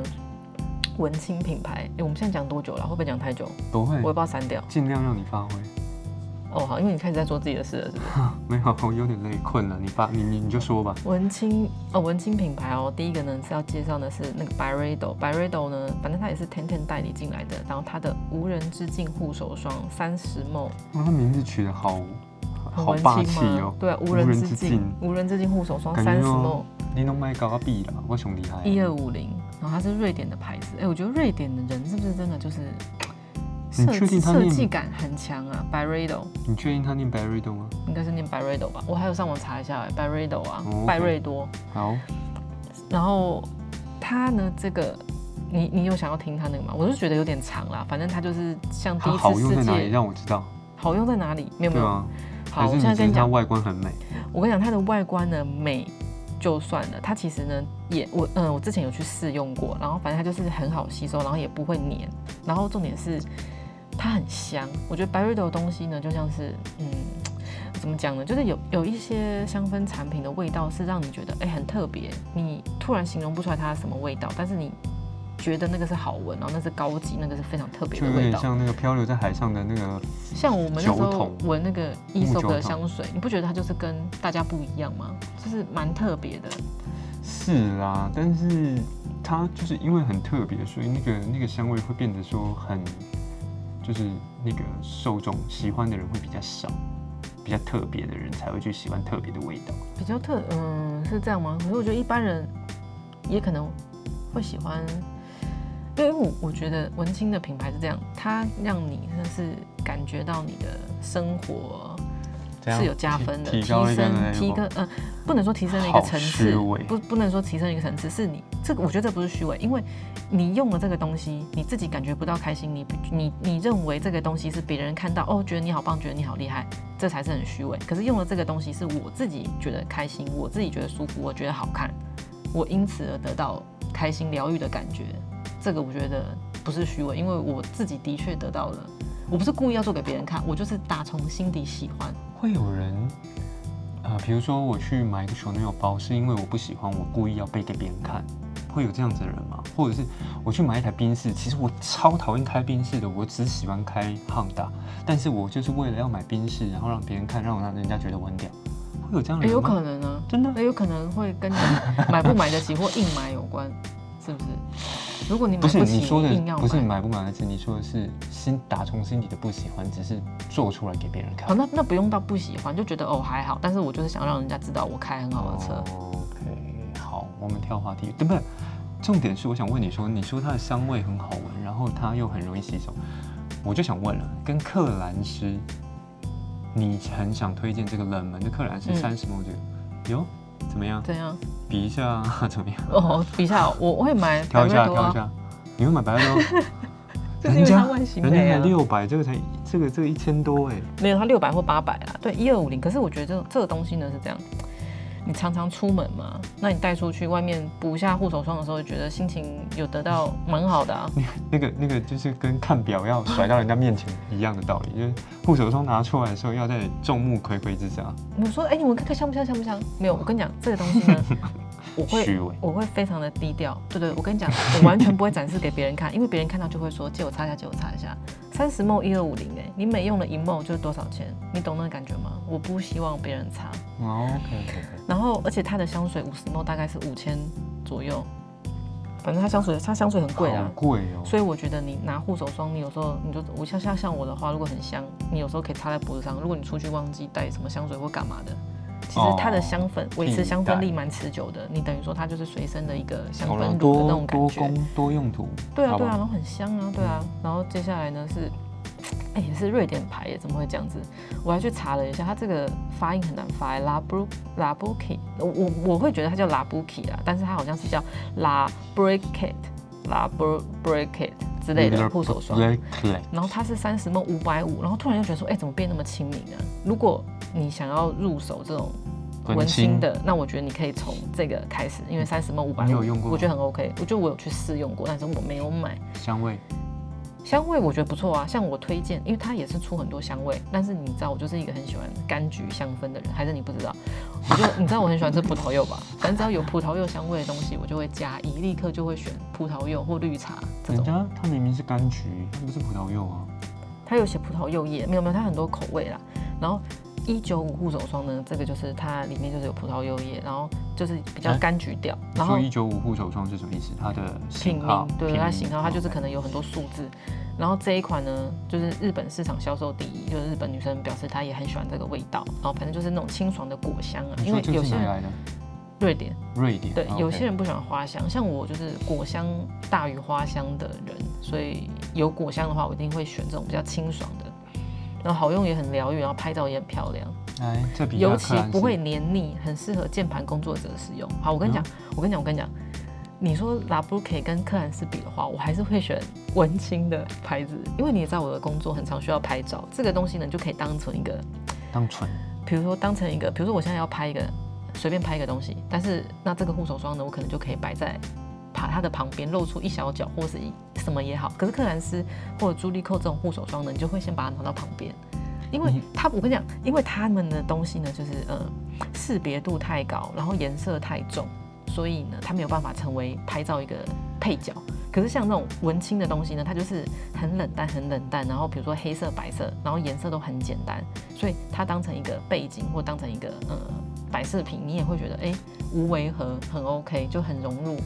Speaker 2: 文青品牌。哎，我们现在讲多久了？会不会讲太久？
Speaker 1: 吧不
Speaker 2: 我也不
Speaker 1: 会
Speaker 2: 知道删掉。
Speaker 1: 尽量让你发挥。
Speaker 2: 哦，好，因为你开始在做自己的事了，是不是？
Speaker 1: 没有，我有点累，困了。你发你你你就说吧。
Speaker 2: 文青哦，文青品牌哦，第一个呢是要介绍的是那个 Byredo。Byredo 呢，反正它也是 Tenten 代理进来的，然后它的无人之境护手霜三十 ml，
Speaker 1: 哇，他名字取得好
Speaker 2: 很
Speaker 1: 好
Speaker 2: 文
Speaker 1: 霸气
Speaker 2: 青吗
Speaker 1: 哦？。
Speaker 2: 对啊，无
Speaker 1: 无
Speaker 2: 人
Speaker 1: 人
Speaker 2: 之
Speaker 1: 之
Speaker 2: 境
Speaker 1: 境，
Speaker 2: 无人之境护手霜
Speaker 1: 感觉
Speaker 2: 三十
Speaker 1: 哦
Speaker 2: ml，
Speaker 1: 你拢卖搞比啦，我上厉害。
Speaker 2: 一二五零，然后它是瑞典的牌子。哎，我觉得瑞典的人是不是真的就是
Speaker 1: 你
Speaker 2: 设
Speaker 1: 确定他
Speaker 2: 设
Speaker 1: 念
Speaker 2: 计感很强啊？Byredo
Speaker 1: 你确定他念 Barredo 吗？
Speaker 2: 应该是念 Byredo 吧？我还有上网查一下、哎 Byredo 啊
Speaker 1: 哦，，OK
Speaker 2: 拜瑞多。
Speaker 1: 好，
Speaker 2: 然后它呢，这个你你有想要听它那个吗？我是觉得有点长啦，反正它就是像第
Speaker 1: 它
Speaker 2: 一
Speaker 1: 好
Speaker 2: 次
Speaker 1: 用在
Speaker 2: 世
Speaker 1: 哪里？
Speaker 2: 界
Speaker 1: 让我知道。
Speaker 2: 好用在哪里？没有没
Speaker 1: 对
Speaker 2: 有。
Speaker 1: 啊，
Speaker 2: 好，
Speaker 1: 还
Speaker 2: 我
Speaker 1: 是
Speaker 2: 现在
Speaker 1: 你觉得
Speaker 2: 跟你
Speaker 1: 它
Speaker 2: 讲，
Speaker 1: 外观很美？
Speaker 2: 我跟你讲它的外观呢美就算了，它其实呢也我嗯、我之前有去试用过，然后反正它就是很好吸收，然后也不会黏，然后重点是它很香。我觉得白瑞德的东西呢，就像是嗯。怎么讲呢？就是有有一些香氛产品的味道是让你觉得哎、很特别，你突然形容不出来它是什么味道，但是你觉得那个是好闻，然后那是高级，那个是非常特别
Speaker 1: 就
Speaker 2: 的
Speaker 1: 有
Speaker 2: 味
Speaker 1: 点
Speaker 2: 道。
Speaker 1: 像那个漂流在海上的那个，
Speaker 2: 像我们那时
Speaker 1: 酒
Speaker 2: 候
Speaker 1: 桶
Speaker 2: 闻那个伊
Speaker 1: 木
Speaker 2: 索
Speaker 1: 酒
Speaker 2: 的
Speaker 1: 桶
Speaker 2: 香水，你不觉得它就是跟大家不一样吗？就是蛮特别的。
Speaker 1: 是啦，但是它就是因为很特别，所以那个那个香味会变得说很，就就是那个受众喜欢的人会比较少，比较特别的人才会去喜欢特别的味道。
Speaker 2: 比较特，嗯，是这样吗？可是我觉得一般人也可能会喜欢，因为我我觉得文青的品牌是这样，它让你真的是感觉到你的生活
Speaker 1: 这样
Speaker 2: 是有加分的，
Speaker 1: 提
Speaker 2: 提
Speaker 1: 提高了一个
Speaker 2: 升提高，呃，不能说提升了一个层次
Speaker 1: 好虚伪，
Speaker 2: 不不能说提升了一个层次，是你这个，我觉得这不是虚伪，因为你用了这个东西，你自己感觉不到开心，你你你认为这个东西是别人看到哦，觉得你好棒，觉得你好厉害，这才是很虚伪。可是用了这个东西，是我自己觉得开心，我自己觉得舒服，我觉得好看，我因此而得到开心疗愈的感觉。这个我觉得不是虚伪，因为我自己的确得到了。我不是故意要做给别人看，我就是打从心底喜欢。
Speaker 1: 会有人，呃，比如说我去买一个 Chanel 包，是因为我不喜欢，我故意要背给别人看，会有这样子的人吗？或者是我去买一台宾士，其实我超讨厌开宾士的，我只喜欢开 Honda，但是我就是为了要买宾士，然后让别人看，让我让人家觉得我很屌，会有这样的
Speaker 2: 也
Speaker 1: 人
Speaker 2: 有
Speaker 1: 吗？
Speaker 2: 可能啊，
Speaker 1: 真的
Speaker 2: 那有可能会跟你买不买得起或硬买有关，是不是？如果你买
Speaker 1: 不是
Speaker 2: 起，
Speaker 1: 你说
Speaker 2: 硬
Speaker 1: 的
Speaker 2: 要，
Speaker 1: 不是
Speaker 2: 买，
Speaker 1: 买不买得起，你说的是心打从心底的不喜欢，只是做出来给别人看
Speaker 2: 哦，。那那不用到不喜欢，就觉得哦还好，但是我就是想让人家知道我开很好的
Speaker 1: 哦
Speaker 2: 车。
Speaker 1: OK，好，我们跳话题，对不对？重点是我想问你说，你说它的香味很好闻，然后它又很容易洗手，我就想问了，跟克兰诗，你很想推荐这个冷门的克兰诗
Speaker 2: 嗯
Speaker 1: 三十模具，哟，怎么样？
Speaker 2: 怎样？
Speaker 1: 比一下啊， [LAUGHS] 怎么样？
Speaker 2: 哦，比一下哦，我我会买
Speaker 1: 挑
Speaker 2: 百
Speaker 1: 一
Speaker 2: 瑞
Speaker 1: 下，
Speaker 2: 多
Speaker 1: 挑一
Speaker 2: 啊，
Speaker 1: 下，你会买白乐
Speaker 2: [LAUGHS]
Speaker 1: 多？
Speaker 2: 就是
Speaker 1: 人
Speaker 2: 因为它
Speaker 1: 家
Speaker 2: 外形
Speaker 1: 人家
Speaker 2: 美
Speaker 1: 才
Speaker 2: 啊。
Speaker 1: 六百，这个才这个这个一千多哎，
Speaker 2: 没有，它六百或八百啊，对，一二五零。可是我觉得这这个东西呢是这样，你常常出门嘛，那你带出去外面补一下护手霜的时候，觉得心情有得到蛮好的啊。
Speaker 1: 那个那个就是跟看表要甩到人家面前一样的道理，就是护手霜拿出来的时候要在众目睽睽之下
Speaker 2: 我说，哎、你们看看香不香，香不香？没有，我跟你讲，这个东西呢，我会
Speaker 1: 虚伪。
Speaker 2: 我会非常的低调，对对，我跟你讲，我完全不会展示给别人看，因为别人看到就会说借我擦一下，借我擦一下。三十 ml 一二五零，哎，你每用了一 ml 就是多少钱？你懂那个感觉吗？我不希望别人擦。
Speaker 1: 哦，OK，
Speaker 2: 然后，而且它的香水五十 ml 大概是五千左右，反正它香水它香水很贵
Speaker 1: 好
Speaker 2: 啊。
Speaker 1: 贵哦。
Speaker 2: 所以我觉得你拿护手霜，你有时候你就我像像像我的话，如果很香，你有时候可以擦在脖子上。如果你出去忘记带什么香水或干嘛的，其实它的香
Speaker 1: 哦
Speaker 2: 氛维持香
Speaker 1: 替代
Speaker 2: 氛力蛮持久的。你等于说它就是随身的一个香
Speaker 1: 好了
Speaker 2: 氛乳的那
Speaker 1: 多
Speaker 2: 种感
Speaker 1: 哦多
Speaker 2: 觉。
Speaker 1: 功多用途，
Speaker 2: 对啊
Speaker 1: 好
Speaker 2: 对啊，
Speaker 1: 吧
Speaker 2: 然后很香啊，对啊。然后接下来呢是，哎、也是瑞典牌耶，怎么会这样子？我还去查了一下，它这个发音很难发耶，La Bru La Buki，我我我会觉得它叫 La Buki 啊，但是它好像是叫 La Bricket La Bru Bricket 之类
Speaker 1: 嗯
Speaker 2: 的护手霜。
Speaker 1: Blacklight
Speaker 2: 然后它是三十梦五百五，然后突然就觉得说，哎、怎么变那么亲民啊？如果你想要入手这种文青的，那我觉得你可以从这个开始，因为三十梦五百
Speaker 1: 你
Speaker 2: 五
Speaker 1: 有用过吗，
Speaker 2: 我觉得很 OK，我觉得我有去试用过，但是我没有买。
Speaker 1: 香味，
Speaker 2: 香味我觉得不错啊，像我推荐，因为它也是出很多香味，但是你知道我就是一个很喜欢柑橘香氛的人，还是你不知道？我就你知道我很喜欢吃葡萄柚吧，反正只要有葡萄柚香味的东西，我就会加一，立刻就会选葡萄柚或绿茶这
Speaker 1: 人
Speaker 2: 种。
Speaker 1: 家它明明是柑橘，它不是葡萄柚啊。
Speaker 2: 它有写葡萄柚叶，没有没有，它很多口味啦。然后一九五护手霜呢，这个就是它里面就是有葡萄柚叶，然后就是比较
Speaker 1: 哎
Speaker 2: 柑橘调，
Speaker 1: 你
Speaker 2: 然后
Speaker 1: 说一九五护手霜是什么意思？它的
Speaker 2: 品
Speaker 1: 型号哦
Speaker 2: 名，，对它型号，它就是
Speaker 1: OK
Speaker 2: 可能有很多数字。然后这一款呢，就是日本市场销售第一，就是日本女生表示她也很喜欢这个味道。然后反正就是那种清爽的果香啊，
Speaker 1: 你
Speaker 2: 因
Speaker 1: 说
Speaker 2: 为
Speaker 1: 这
Speaker 2: 有
Speaker 1: 个是
Speaker 2: 些
Speaker 1: 哪
Speaker 2: 人
Speaker 1: 来的？
Speaker 2: 瑞典
Speaker 1: 瑞典。
Speaker 2: 对
Speaker 1: 啊
Speaker 2: 有
Speaker 1: OK
Speaker 2: 些人不喜欢花香，像我就是果香大于花香的人，所以有果香的话，我一定会选这种比较清爽的，然后好用也很疗愈，然后拍照也很漂亮。
Speaker 1: 来，哎这比
Speaker 2: 尤
Speaker 1: 亚
Speaker 2: 其
Speaker 1: 克兰
Speaker 2: 不
Speaker 1: 斯
Speaker 2: 会黏腻，很适合键盘工作者使用。好，我跟你讲，我跟你讲，我跟你讲，你说拉布可以跟克兰斯比的话，我还是会选文青的牌子，因为你也知道我的工作很常需要拍照，这个东西呢你就可以当成一个，
Speaker 1: 当纯
Speaker 2: 比如说当成一个，比如说我现在要拍一个，随便拍一个东西，但是那这个护手霜呢，我可能就可以摆在。把它的旁边露出一小角，或是一什么也好。可是克兰斯或者朱莉蔻这种护手霜呢，你就会先把它拿到旁边，因为
Speaker 1: 你
Speaker 2: 它我跟你讲，因为他们的东西呢，就是呃识别度太高，然后颜色太重，所以呢，它没有办法成为拍照一个配角。可是像那种文青的东西呢，它就是很冷淡、很冷淡，然后比如说黑色、白色，然后颜色都很简单，所以它当成一个背景或当成一个呃摆饰品，你也会觉得哎无违和，很 OK，就很融入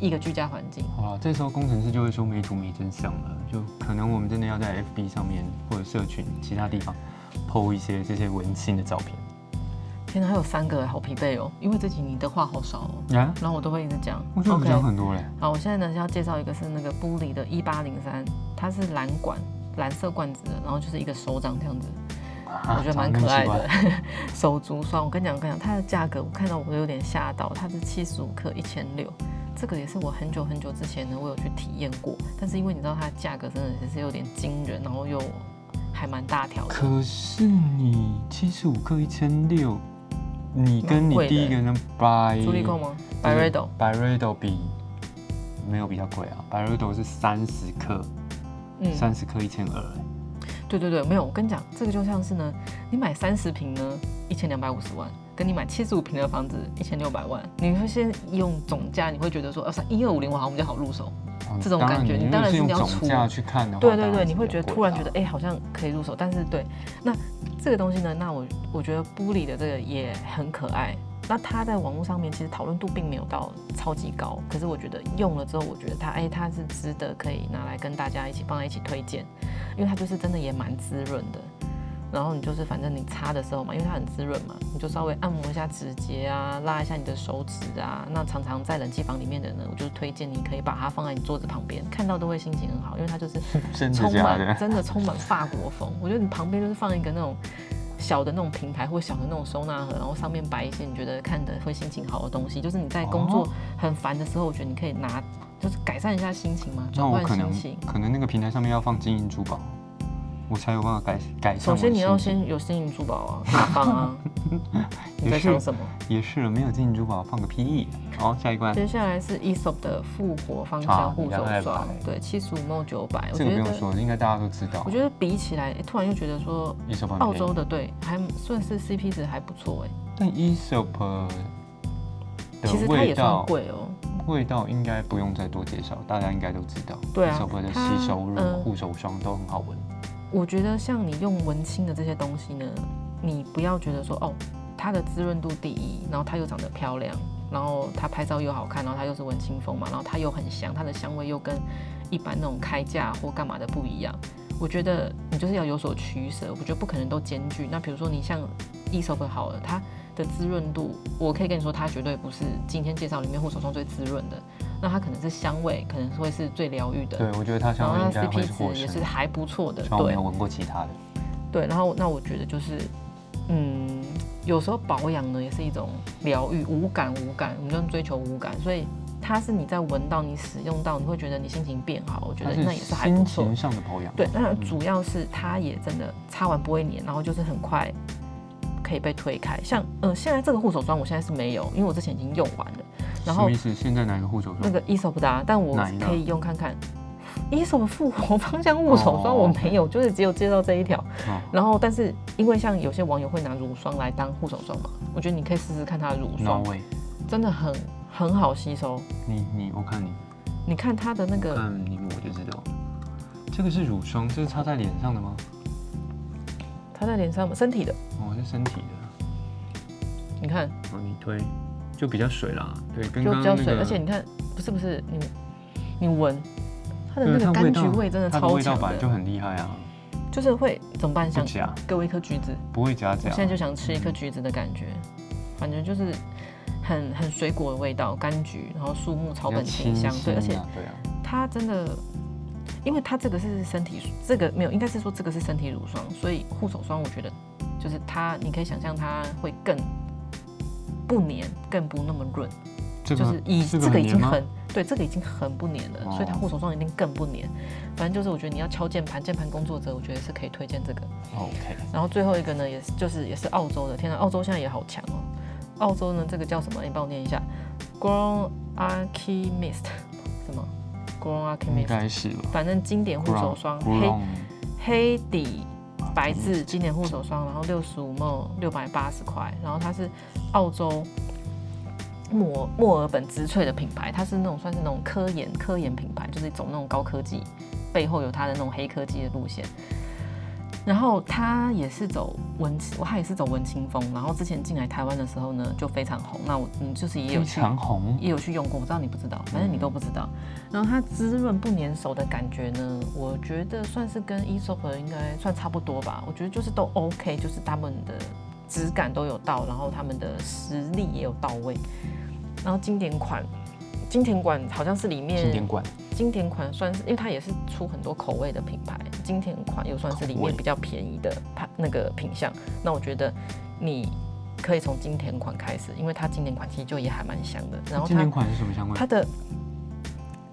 Speaker 2: 一个居家环境。
Speaker 1: 好了，这时候工程师就会说没图没真相了，就可能我们真的要在 FB 上面或者社群其他地方 PO 一些这些文青的照片
Speaker 2: 天哪，还有三个，好疲惫哦！因为这集你的话好少哦，
Speaker 1: 啊。
Speaker 2: 然后我都会一直讲。
Speaker 1: 我觉得我们
Speaker 2: OK
Speaker 1: 讲很多嘞，
Speaker 2: 好，我现在呢要介绍一个是那个玻璃的1803，它是蓝管，蓝色罐子的，然后就是一个手掌这样子，
Speaker 1: 我
Speaker 2: 我
Speaker 1: 啊
Speaker 2: 觉得蛮可爱的。 [LAUGHS] 手足酸，我跟你讲，我跟你讲，它的价格我看到我都有点吓到，它是七十五克一千六，这个也是我很久很久之前呢我有去体验过，但是因为你知道它的价格真的也是有点惊人，然后又还蛮大条的。
Speaker 1: 可是你七十五克一千六，你跟你
Speaker 2: 蛮贵的
Speaker 1: 第一个人白
Speaker 2: 朱莉够吗？白瑞斗，
Speaker 1: 白瑞豆比没有比较贵啊，白瑞豆是三十克，
Speaker 2: 嗯，
Speaker 1: 三十克一千二，
Speaker 2: 对对对，没有，我跟你讲，这个就像是呢，你买三十平呢，一千两百五十万，跟你买七十五平的房子，一千六百万，你会先用总价，你会觉得说，呃、啊，一二五零我好像比较好入手。
Speaker 1: 哦
Speaker 2: 这种感觉你
Speaker 1: 如果
Speaker 2: 当
Speaker 1: 是
Speaker 2: 然是
Speaker 1: 用
Speaker 2: 你要
Speaker 1: 总
Speaker 2: 除
Speaker 1: 价去看的话，
Speaker 2: 对对
Speaker 1: 当
Speaker 2: 对，
Speaker 1: 是
Speaker 2: 你会觉得
Speaker 1: 比较
Speaker 2: 突
Speaker 1: 贵啊
Speaker 2: 然觉
Speaker 1: 啦
Speaker 2: 得，哎、好像可以入手，但是对，那这个东西呢，那我我觉得布里的这个也很可爱。那它在网络上面其实讨论度并没有到超级高，可是我觉得用了之后，我觉得它哎、它是值得可以拿来跟大家一起放在一起推荐，因为它就是真的也蛮滋润的。然后你就是反正你擦的时候嘛，因为它很滋润嘛，你就稍微按摩一下指节啊，拉一下你的手指啊。那常常在冷气房里面的人，我就推荐你可以把它放在你桌子旁边，看到都会心情很好，因为它就是
Speaker 1: 真的
Speaker 2: 充
Speaker 1: 假
Speaker 2: 满
Speaker 1: 的？ [LAUGHS]
Speaker 2: 真的充满法国风。我觉得你旁边就是放一个那种小的那种平台或小的那种收纳盒，然后上面摆一些你觉得看的会心情好的东西。就是你在工作
Speaker 1: 哦
Speaker 2: 很烦的时候，我觉得你可以拿，就是改善一下心情嘛，
Speaker 1: 那
Speaker 2: 转
Speaker 1: 我
Speaker 2: 换
Speaker 1: 可
Speaker 2: 心
Speaker 1: 能
Speaker 2: 情。
Speaker 1: 可能那个平台上面要放金银珠宝，我才有办法改改善
Speaker 2: 首
Speaker 1: 我的心情。
Speaker 2: 先你要先有金银珠宝啊，大方
Speaker 1: [LAUGHS]
Speaker 2: 啊。你在想什么？
Speaker 1: 也是没有金银珠宝放个屁。好，下一关，
Speaker 2: 接下来是 Esop 的复活芳香
Speaker 1: 啊
Speaker 2: 护手
Speaker 1: 200
Speaker 2: 霜，对，七十五 ml 九百，我
Speaker 1: 这个不
Speaker 2: 觉
Speaker 1: 用
Speaker 2: 得。
Speaker 1: 说，应该大家都知道。
Speaker 2: 我觉得比起来，诶突然又觉得说
Speaker 1: ESOP
Speaker 2: 澳洲的对还算是 CP 值还不错哎、
Speaker 1: 但 ESOP
Speaker 2: 其
Speaker 1: 的
Speaker 2: 实它
Speaker 1: 味
Speaker 2: 也算
Speaker 1: 道，
Speaker 2: 贵哦。
Speaker 1: 味道应该不用再多介绍，大家应该都知道。
Speaker 2: 对啊
Speaker 1: ESOP 的
Speaker 2: 它
Speaker 1: 洗手乳、
Speaker 2: 嗯
Speaker 1: 护手霜都很好闻。
Speaker 2: 我觉得像你用文青的这些东西呢，你不要觉得说哦，它的滋润度第一，然后它又长得漂亮，然后它拍照又好看，然后它又是文青风嘛，然后它又很香，它的香味又跟一般那种开架或干嘛的不一样。我觉得你就是要有所取舍，我觉得不可能都兼具。那比如说你像 e s o p 好了，它的滋润度，我可以跟你说，它绝对不是今天介绍里面护手霜最滋润的，那它可能是香味，可能会是最疗愈的。
Speaker 1: 对，我觉得它
Speaker 2: 然
Speaker 1: 香
Speaker 2: 后
Speaker 1: 味
Speaker 2: 它
Speaker 1: 应该会
Speaker 2: CP
Speaker 1: 是获
Speaker 2: 哦值也
Speaker 1: 胜
Speaker 2: 是。还不错的，
Speaker 1: 虽然我没
Speaker 2: 对
Speaker 1: 有闻过其他的，
Speaker 2: 对。然后那我觉得就是，嗯，有时候保养呢也是一种疗愈，无感无感，我们就追求无感，所以它是你在闻到、你使用到，你会觉得你心情变好，我觉
Speaker 1: 它
Speaker 2: 得
Speaker 1: 是
Speaker 2: 那也是还不
Speaker 1: 心
Speaker 2: 错
Speaker 1: 情。上嗯的保养。
Speaker 2: 对，那主要是它也真的擦完不会黏，然后就是很快可以被推开。像呃，现在这个护手霜我现在是没有，因为我之前已经用完了。
Speaker 1: 什
Speaker 2: 然
Speaker 1: 么
Speaker 2: 后
Speaker 1: 意思？现在哪个护手霜？
Speaker 2: 那个 e s o p 的、啊，但我
Speaker 1: 嗯哪一个
Speaker 2: 可以用看看。e s o p 复活芳香护手
Speaker 1: 哦
Speaker 2: 霜我没有，就是只有介绍这一条。
Speaker 1: 哦
Speaker 2: 然后，但是因为像有些网友会拿乳霜来当护手霜嘛，我觉得你可以试试看它的乳
Speaker 1: No
Speaker 2: 霜，
Speaker 1: way！
Speaker 2: 真的很很好吸收。
Speaker 1: 你你我看你，
Speaker 2: 你看它的那
Speaker 1: 我
Speaker 2: 个，
Speaker 1: 看你抹就知道。这个是乳霜，这是擦在脸上的吗？
Speaker 2: 它在脸上嘛，身体的，
Speaker 1: 哦，是身体的。
Speaker 2: 你看
Speaker 1: 哦，你推就比较水啦，对，跟
Speaker 2: 就
Speaker 1: 刚
Speaker 2: 比
Speaker 1: 刚
Speaker 2: 较
Speaker 1: 那
Speaker 2: 水，
Speaker 1: 个，
Speaker 2: 而且你看，不是不是，你你闻它的
Speaker 1: 对
Speaker 2: 那个
Speaker 1: 它味
Speaker 2: 柑
Speaker 1: 道
Speaker 2: 橘味真的
Speaker 1: 它的
Speaker 2: 超
Speaker 1: 味道
Speaker 2: 强
Speaker 1: 本来
Speaker 2: 的，
Speaker 1: 就很厉害啊，
Speaker 2: 就是会怎么办？
Speaker 1: 不
Speaker 2: 想
Speaker 1: 假，
Speaker 2: 给我一颗橘子，
Speaker 1: 不会假
Speaker 2: 我
Speaker 1: 假
Speaker 2: 现。在就想吃一颗橘子的感觉，反正就是很很水果的味道，柑橘，然后树木、草
Speaker 1: 比较
Speaker 2: 本清
Speaker 1: 清
Speaker 2: 香，对，而且
Speaker 1: 新啊对啊，
Speaker 2: 它真的，因为它这个是身体，这个没有，应该是说这个是身体乳霜，所以护手霜我觉得就是它，你可以想象它会更不粘，更不那么润，
Speaker 1: 这
Speaker 2: 就是以
Speaker 1: 这
Speaker 2: 这
Speaker 1: 个
Speaker 2: 个
Speaker 1: 很
Speaker 2: 已
Speaker 1: 黏
Speaker 2: 经
Speaker 1: 吗
Speaker 2: 很对，这个已经很不粘了，
Speaker 1: 哦
Speaker 2: 所以它护手霜一定更不粘。反正就是我觉得你要敲键盘，键盘工作者我觉得是可以推荐这个。
Speaker 1: OK，
Speaker 2: 然后最后一个呢，也是就是也是澳洲的，天呐，澳洲现在也好强哦。澳洲呢，这个叫什么？你帮我念一下，Grown Alchemist，什 [LAUGHS] 么？Grown
Speaker 1: 应
Speaker 2: Alchemist，
Speaker 1: 该是吧。
Speaker 2: 反正经典护手霜，黑
Speaker 1: Ground-
Speaker 2: 黑底
Speaker 1: Ground-
Speaker 2: 白字经典护手霜，然后六十五 ml 六百八十块，然后它是澳洲墨墨尔本植萃的品牌，它是那种算是那种科研科研品牌，就是走那种高科技，背后有它的那种黑科技的路线。然后他也是走文青，他也是走文青风。然后之前进来台湾的时候呢，就非常红。那我嗯，就是也有
Speaker 1: 非
Speaker 2: 去
Speaker 1: 常红，
Speaker 2: 也有去用过，我知道你不知道，反
Speaker 1: 嗯
Speaker 2: 正你都不知道。然后它滋润不粘手的感觉呢，我觉得算是跟 e s o p 应该算差不多吧。我觉得就是都 OK，就是他们的质感都有到，然后他们的实力也有到位。然后经典款，经典款好像是里面
Speaker 1: 经典馆
Speaker 2: 经典款算是，因为它也是出很多口味的品牌，经典款又算是里
Speaker 1: 口味
Speaker 2: 面比较便宜的牌那个品相。那我觉得你可以从经典款开始，因为它经典款其实就也还蛮香的。然后
Speaker 1: 经典
Speaker 2: 它
Speaker 1: 款是什么香味？
Speaker 2: 它的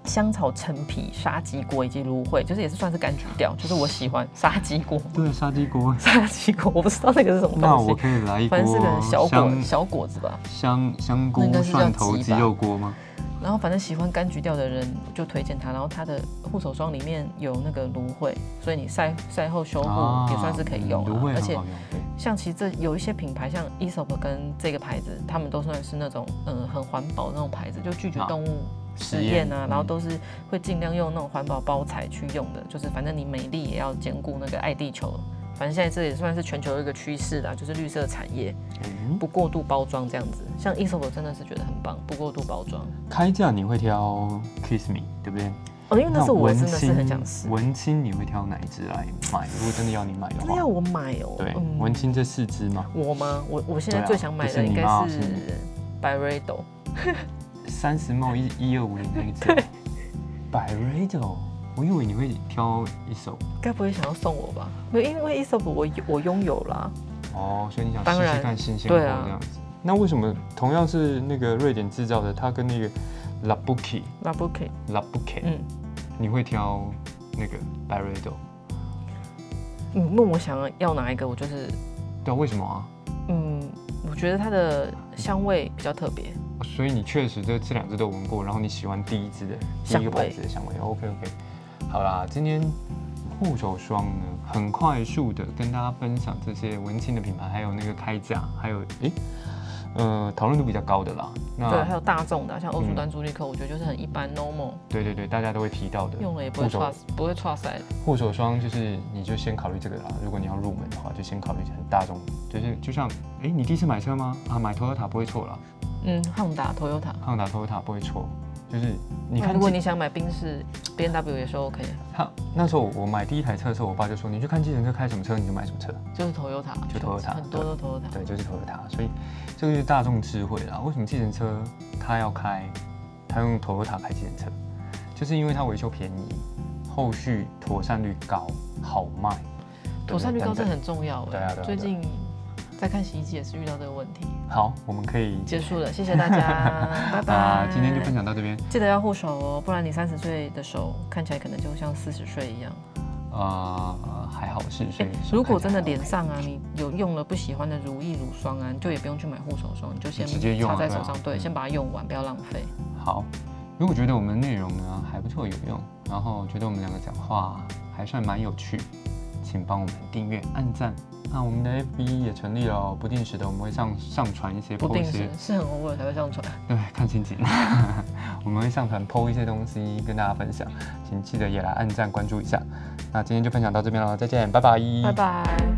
Speaker 2: 香草、陈皮、沙棘果以及芦荟，就是也是算是柑橘调，就是我喜欢沙棘果。 [LAUGHS]
Speaker 1: 对，沙鸡锅。
Speaker 2: 沙棘果我不知道那个是什么
Speaker 1: 那我
Speaker 2: 东西，
Speaker 1: 可以来一锅
Speaker 2: 反正是个小果
Speaker 1: 香
Speaker 2: 小果子吧。
Speaker 1: 香香菇
Speaker 2: 那应该是叫
Speaker 1: 蒜头
Speaker 2: 鸡
Speaker 1: 鸡
Speaker 2: 吧
Speaker 1: 肉锅吗？
Speaker 2: 然后反正喜欢柑橘调的人就推荐它，然后它的护手霜里面有那个芦荟，所以你晒晒后修
Speaker 1: 啊
Speaker 2: 护也算是可以用、
Speaker 1: 嗯芦荟
Speaker 2: 啊。而
Speaker 1: 很
Speaker 2: 且
Speaker 1: 好用，对
Speaker 2: 像其实这有一些品牌，像 e s o p 跟这个牌子，他们都算是那种嗯很环保的那种牌子，就拒绝
Speaker 1: 啊
Speaker 2: 动物
Speaker 1: 实
Speaker 2: 实
Speaker 1: 验
Speaker 2: 验啊，然后
Speaker 1: 嗯
Speaker 2: 都是会尽量用那种环保包材去用的，就是反正你美丽也要兼顾那个爱地球。反正现在这也算是全球一个趋势啦，就是绿色产业
Speaker 1: 嗯
Speaker 2: 不过度包装这样子。像 e s o p 真的是觉得很棒，不过度包装。
Speaker 1: 开价你会挑 Kiss Me 对不对？
Speaker 2: 哦，因为那是我
Speaker 1: 文
Speaker 2: 真的是很
Speaker 1: 青
Speaker 2: 想试，
Speaker 1: 文青你会挑哪一支来买？如果真的要你买的
Speaker 2: 真的
Speaker 1: 话
Speaker 2: 要，我买哦。
Speaker 1: 对，
Speaker 2: 嗯
Speaker 1: 文青这四支嘛，
Speaker 2: 我吗？我我现在
Speaker 1: 对啊
Speaker 2: 最想买
Speaker 1: 不是
Speaker 2: 的
Speaker 1: 你
Speaker 2: 应该
Speaker 1: 妈
Speaker 2: 是
Speaker 1: 是你
Speaker 2: b y r e d o
Speaker 1: 三十毛一一二五零那一
Speaker 2: [LAUGHS]
Speaker 1: 支
Speaker 2: 对。
Speaker 1: 百瑞豆，我以为你会挑一手
Speaker 2: 该不会想要送我吧？没有，因为 e s o p 我有我拥有啦。
Speaker 1: 哦，所以你想
Speaker 2: 当
Speaker 1: 试
Speaker 2: 然
Speaker 1: 试看新鲜货
Speaker 2: 对啊
Speaker 1: 这样子。那为什么同样是那个瑞典制造的，它跟那个 Labuki
Speaker 2: 那不可以，
Speaker 1: Labuki，、
Speaker 2: 嗯，
Speaker 1: 你会挑那个百瑞哦豆？
Speaker 2: 你问嗯我想要哪一个，我就是，
Speaker 1: 对啊，为什么啊？
Speaker 2: 嗯，我觉得它的香味比较特别，
Speaker 1: 所以你确实这这两支都闻过，然后你喜欢第一支的第
Speaker 2: 香
Speaker 1: 一
Speaker 2: 味
Speaker 1: 个牌子的香味。OK OK，好啦，今天护手霜呢，很快速的跟大家分享这些文青的品牌，还有那个开价，还有诶，呃，讨论度比较高的啦。
Speaker 2: 对，
Speaker 1: 那
Speaker 2: 还有大众的啊，像欧舒
Speaker 1: 嗯
Speaker 2: 丹、朱丽蔻，我觉得就是很一般，normal，
Speaker 1: 对对对，大家都会提到的。
Speaker 2: 用了也不会
Speaker 1: 护手
Speaker 2: trust，不会 trust 塞
Speaker 1: 护手霜就是你就先考虑这个啦。如果你要入门的话，就先考虑很大众，就是就像诶，你第一次买车吗？啊，买 Toyota 不会错啦，
Speaker 2: 嗯，Honda、Toyota。
Speaker 1: 汉达 Toyota 不会错。就是你
Speaker 2: 那
Speaker 1: 看，
Speaker 2: 如果你想买宾士、B N W 也是 OK，
Speaker 1: 他那时候我买第一台车的时候，我爸就说：“你去看计程车开什么车，你就买什么车。
Speaker 2: 就是 Toyota，
Speaker 1: 就 Toyota，
Speaker 2: 很多都 Toyota ”。
Speaker 1: 对，就是 Toyota。所以这个就是大众智慧啦。为什么计程车他要开，他用 Toyota 开计程车，就是因为它维修便宜，后续妥善率高，好卖。
Speaker 2: 妥善率高这
Speaker 1: 等等
Speaker 2: 很重要
Speaker 1: 对
Speaker 2: 哎、
Speaker 1: 啊对啊对啊
Speaker 2: 最近在看洗衣机也是遇到这个问题。
Speaker 1: 好，我们可以
Speaker 2: 结束了，谢谢大家，
Speaker 1: [LAUGHS]
Speaker 2: 拜拜。
Speaker 1: 啊，今天就分享到这边。
Speaker 2: 记得要护手哦，不然你三十岁的手看起来可能就像四十岁一样。哎
Speaker 1: 呃，还好是所以手看起来还 OK。
Speaker 2: 如果真的脸上啊，你有用了不喜欢的乳液、乳霜啊，你就也不用去买护手霜，你就先
Speaker 1: 直接用啊
Speaker 2: 擦在
Speaker 1: 对啊
Speaker 2: 手上，对，
Speaker 1: 嗯
Speaker 2: 先把它用完，不要浪费。
Speaker 1: 好，如果觉得我们的内容呢还不错有用，然后觉得我们两个讲话还算蛮有趣，请帮我们订阅、按赞。那我们的 FB 也成立了哦，不定时的我们会上上传一些
Speaker 2: 不
Speaker 1: po
Speaker 2: 定
Speaker 1: 一
Speaker 2: 时
Speaker 1: 些，
Speaker 2: 是很偶尔才会上传。
Speaker 1: 对，看心情， [LAUGHS] 我们会上传 po 一些东西跟大家分享，请记得也来按赞关注一下。那今天就分享到这边了，再见，拜拜，
Speaker 2: 拜拜。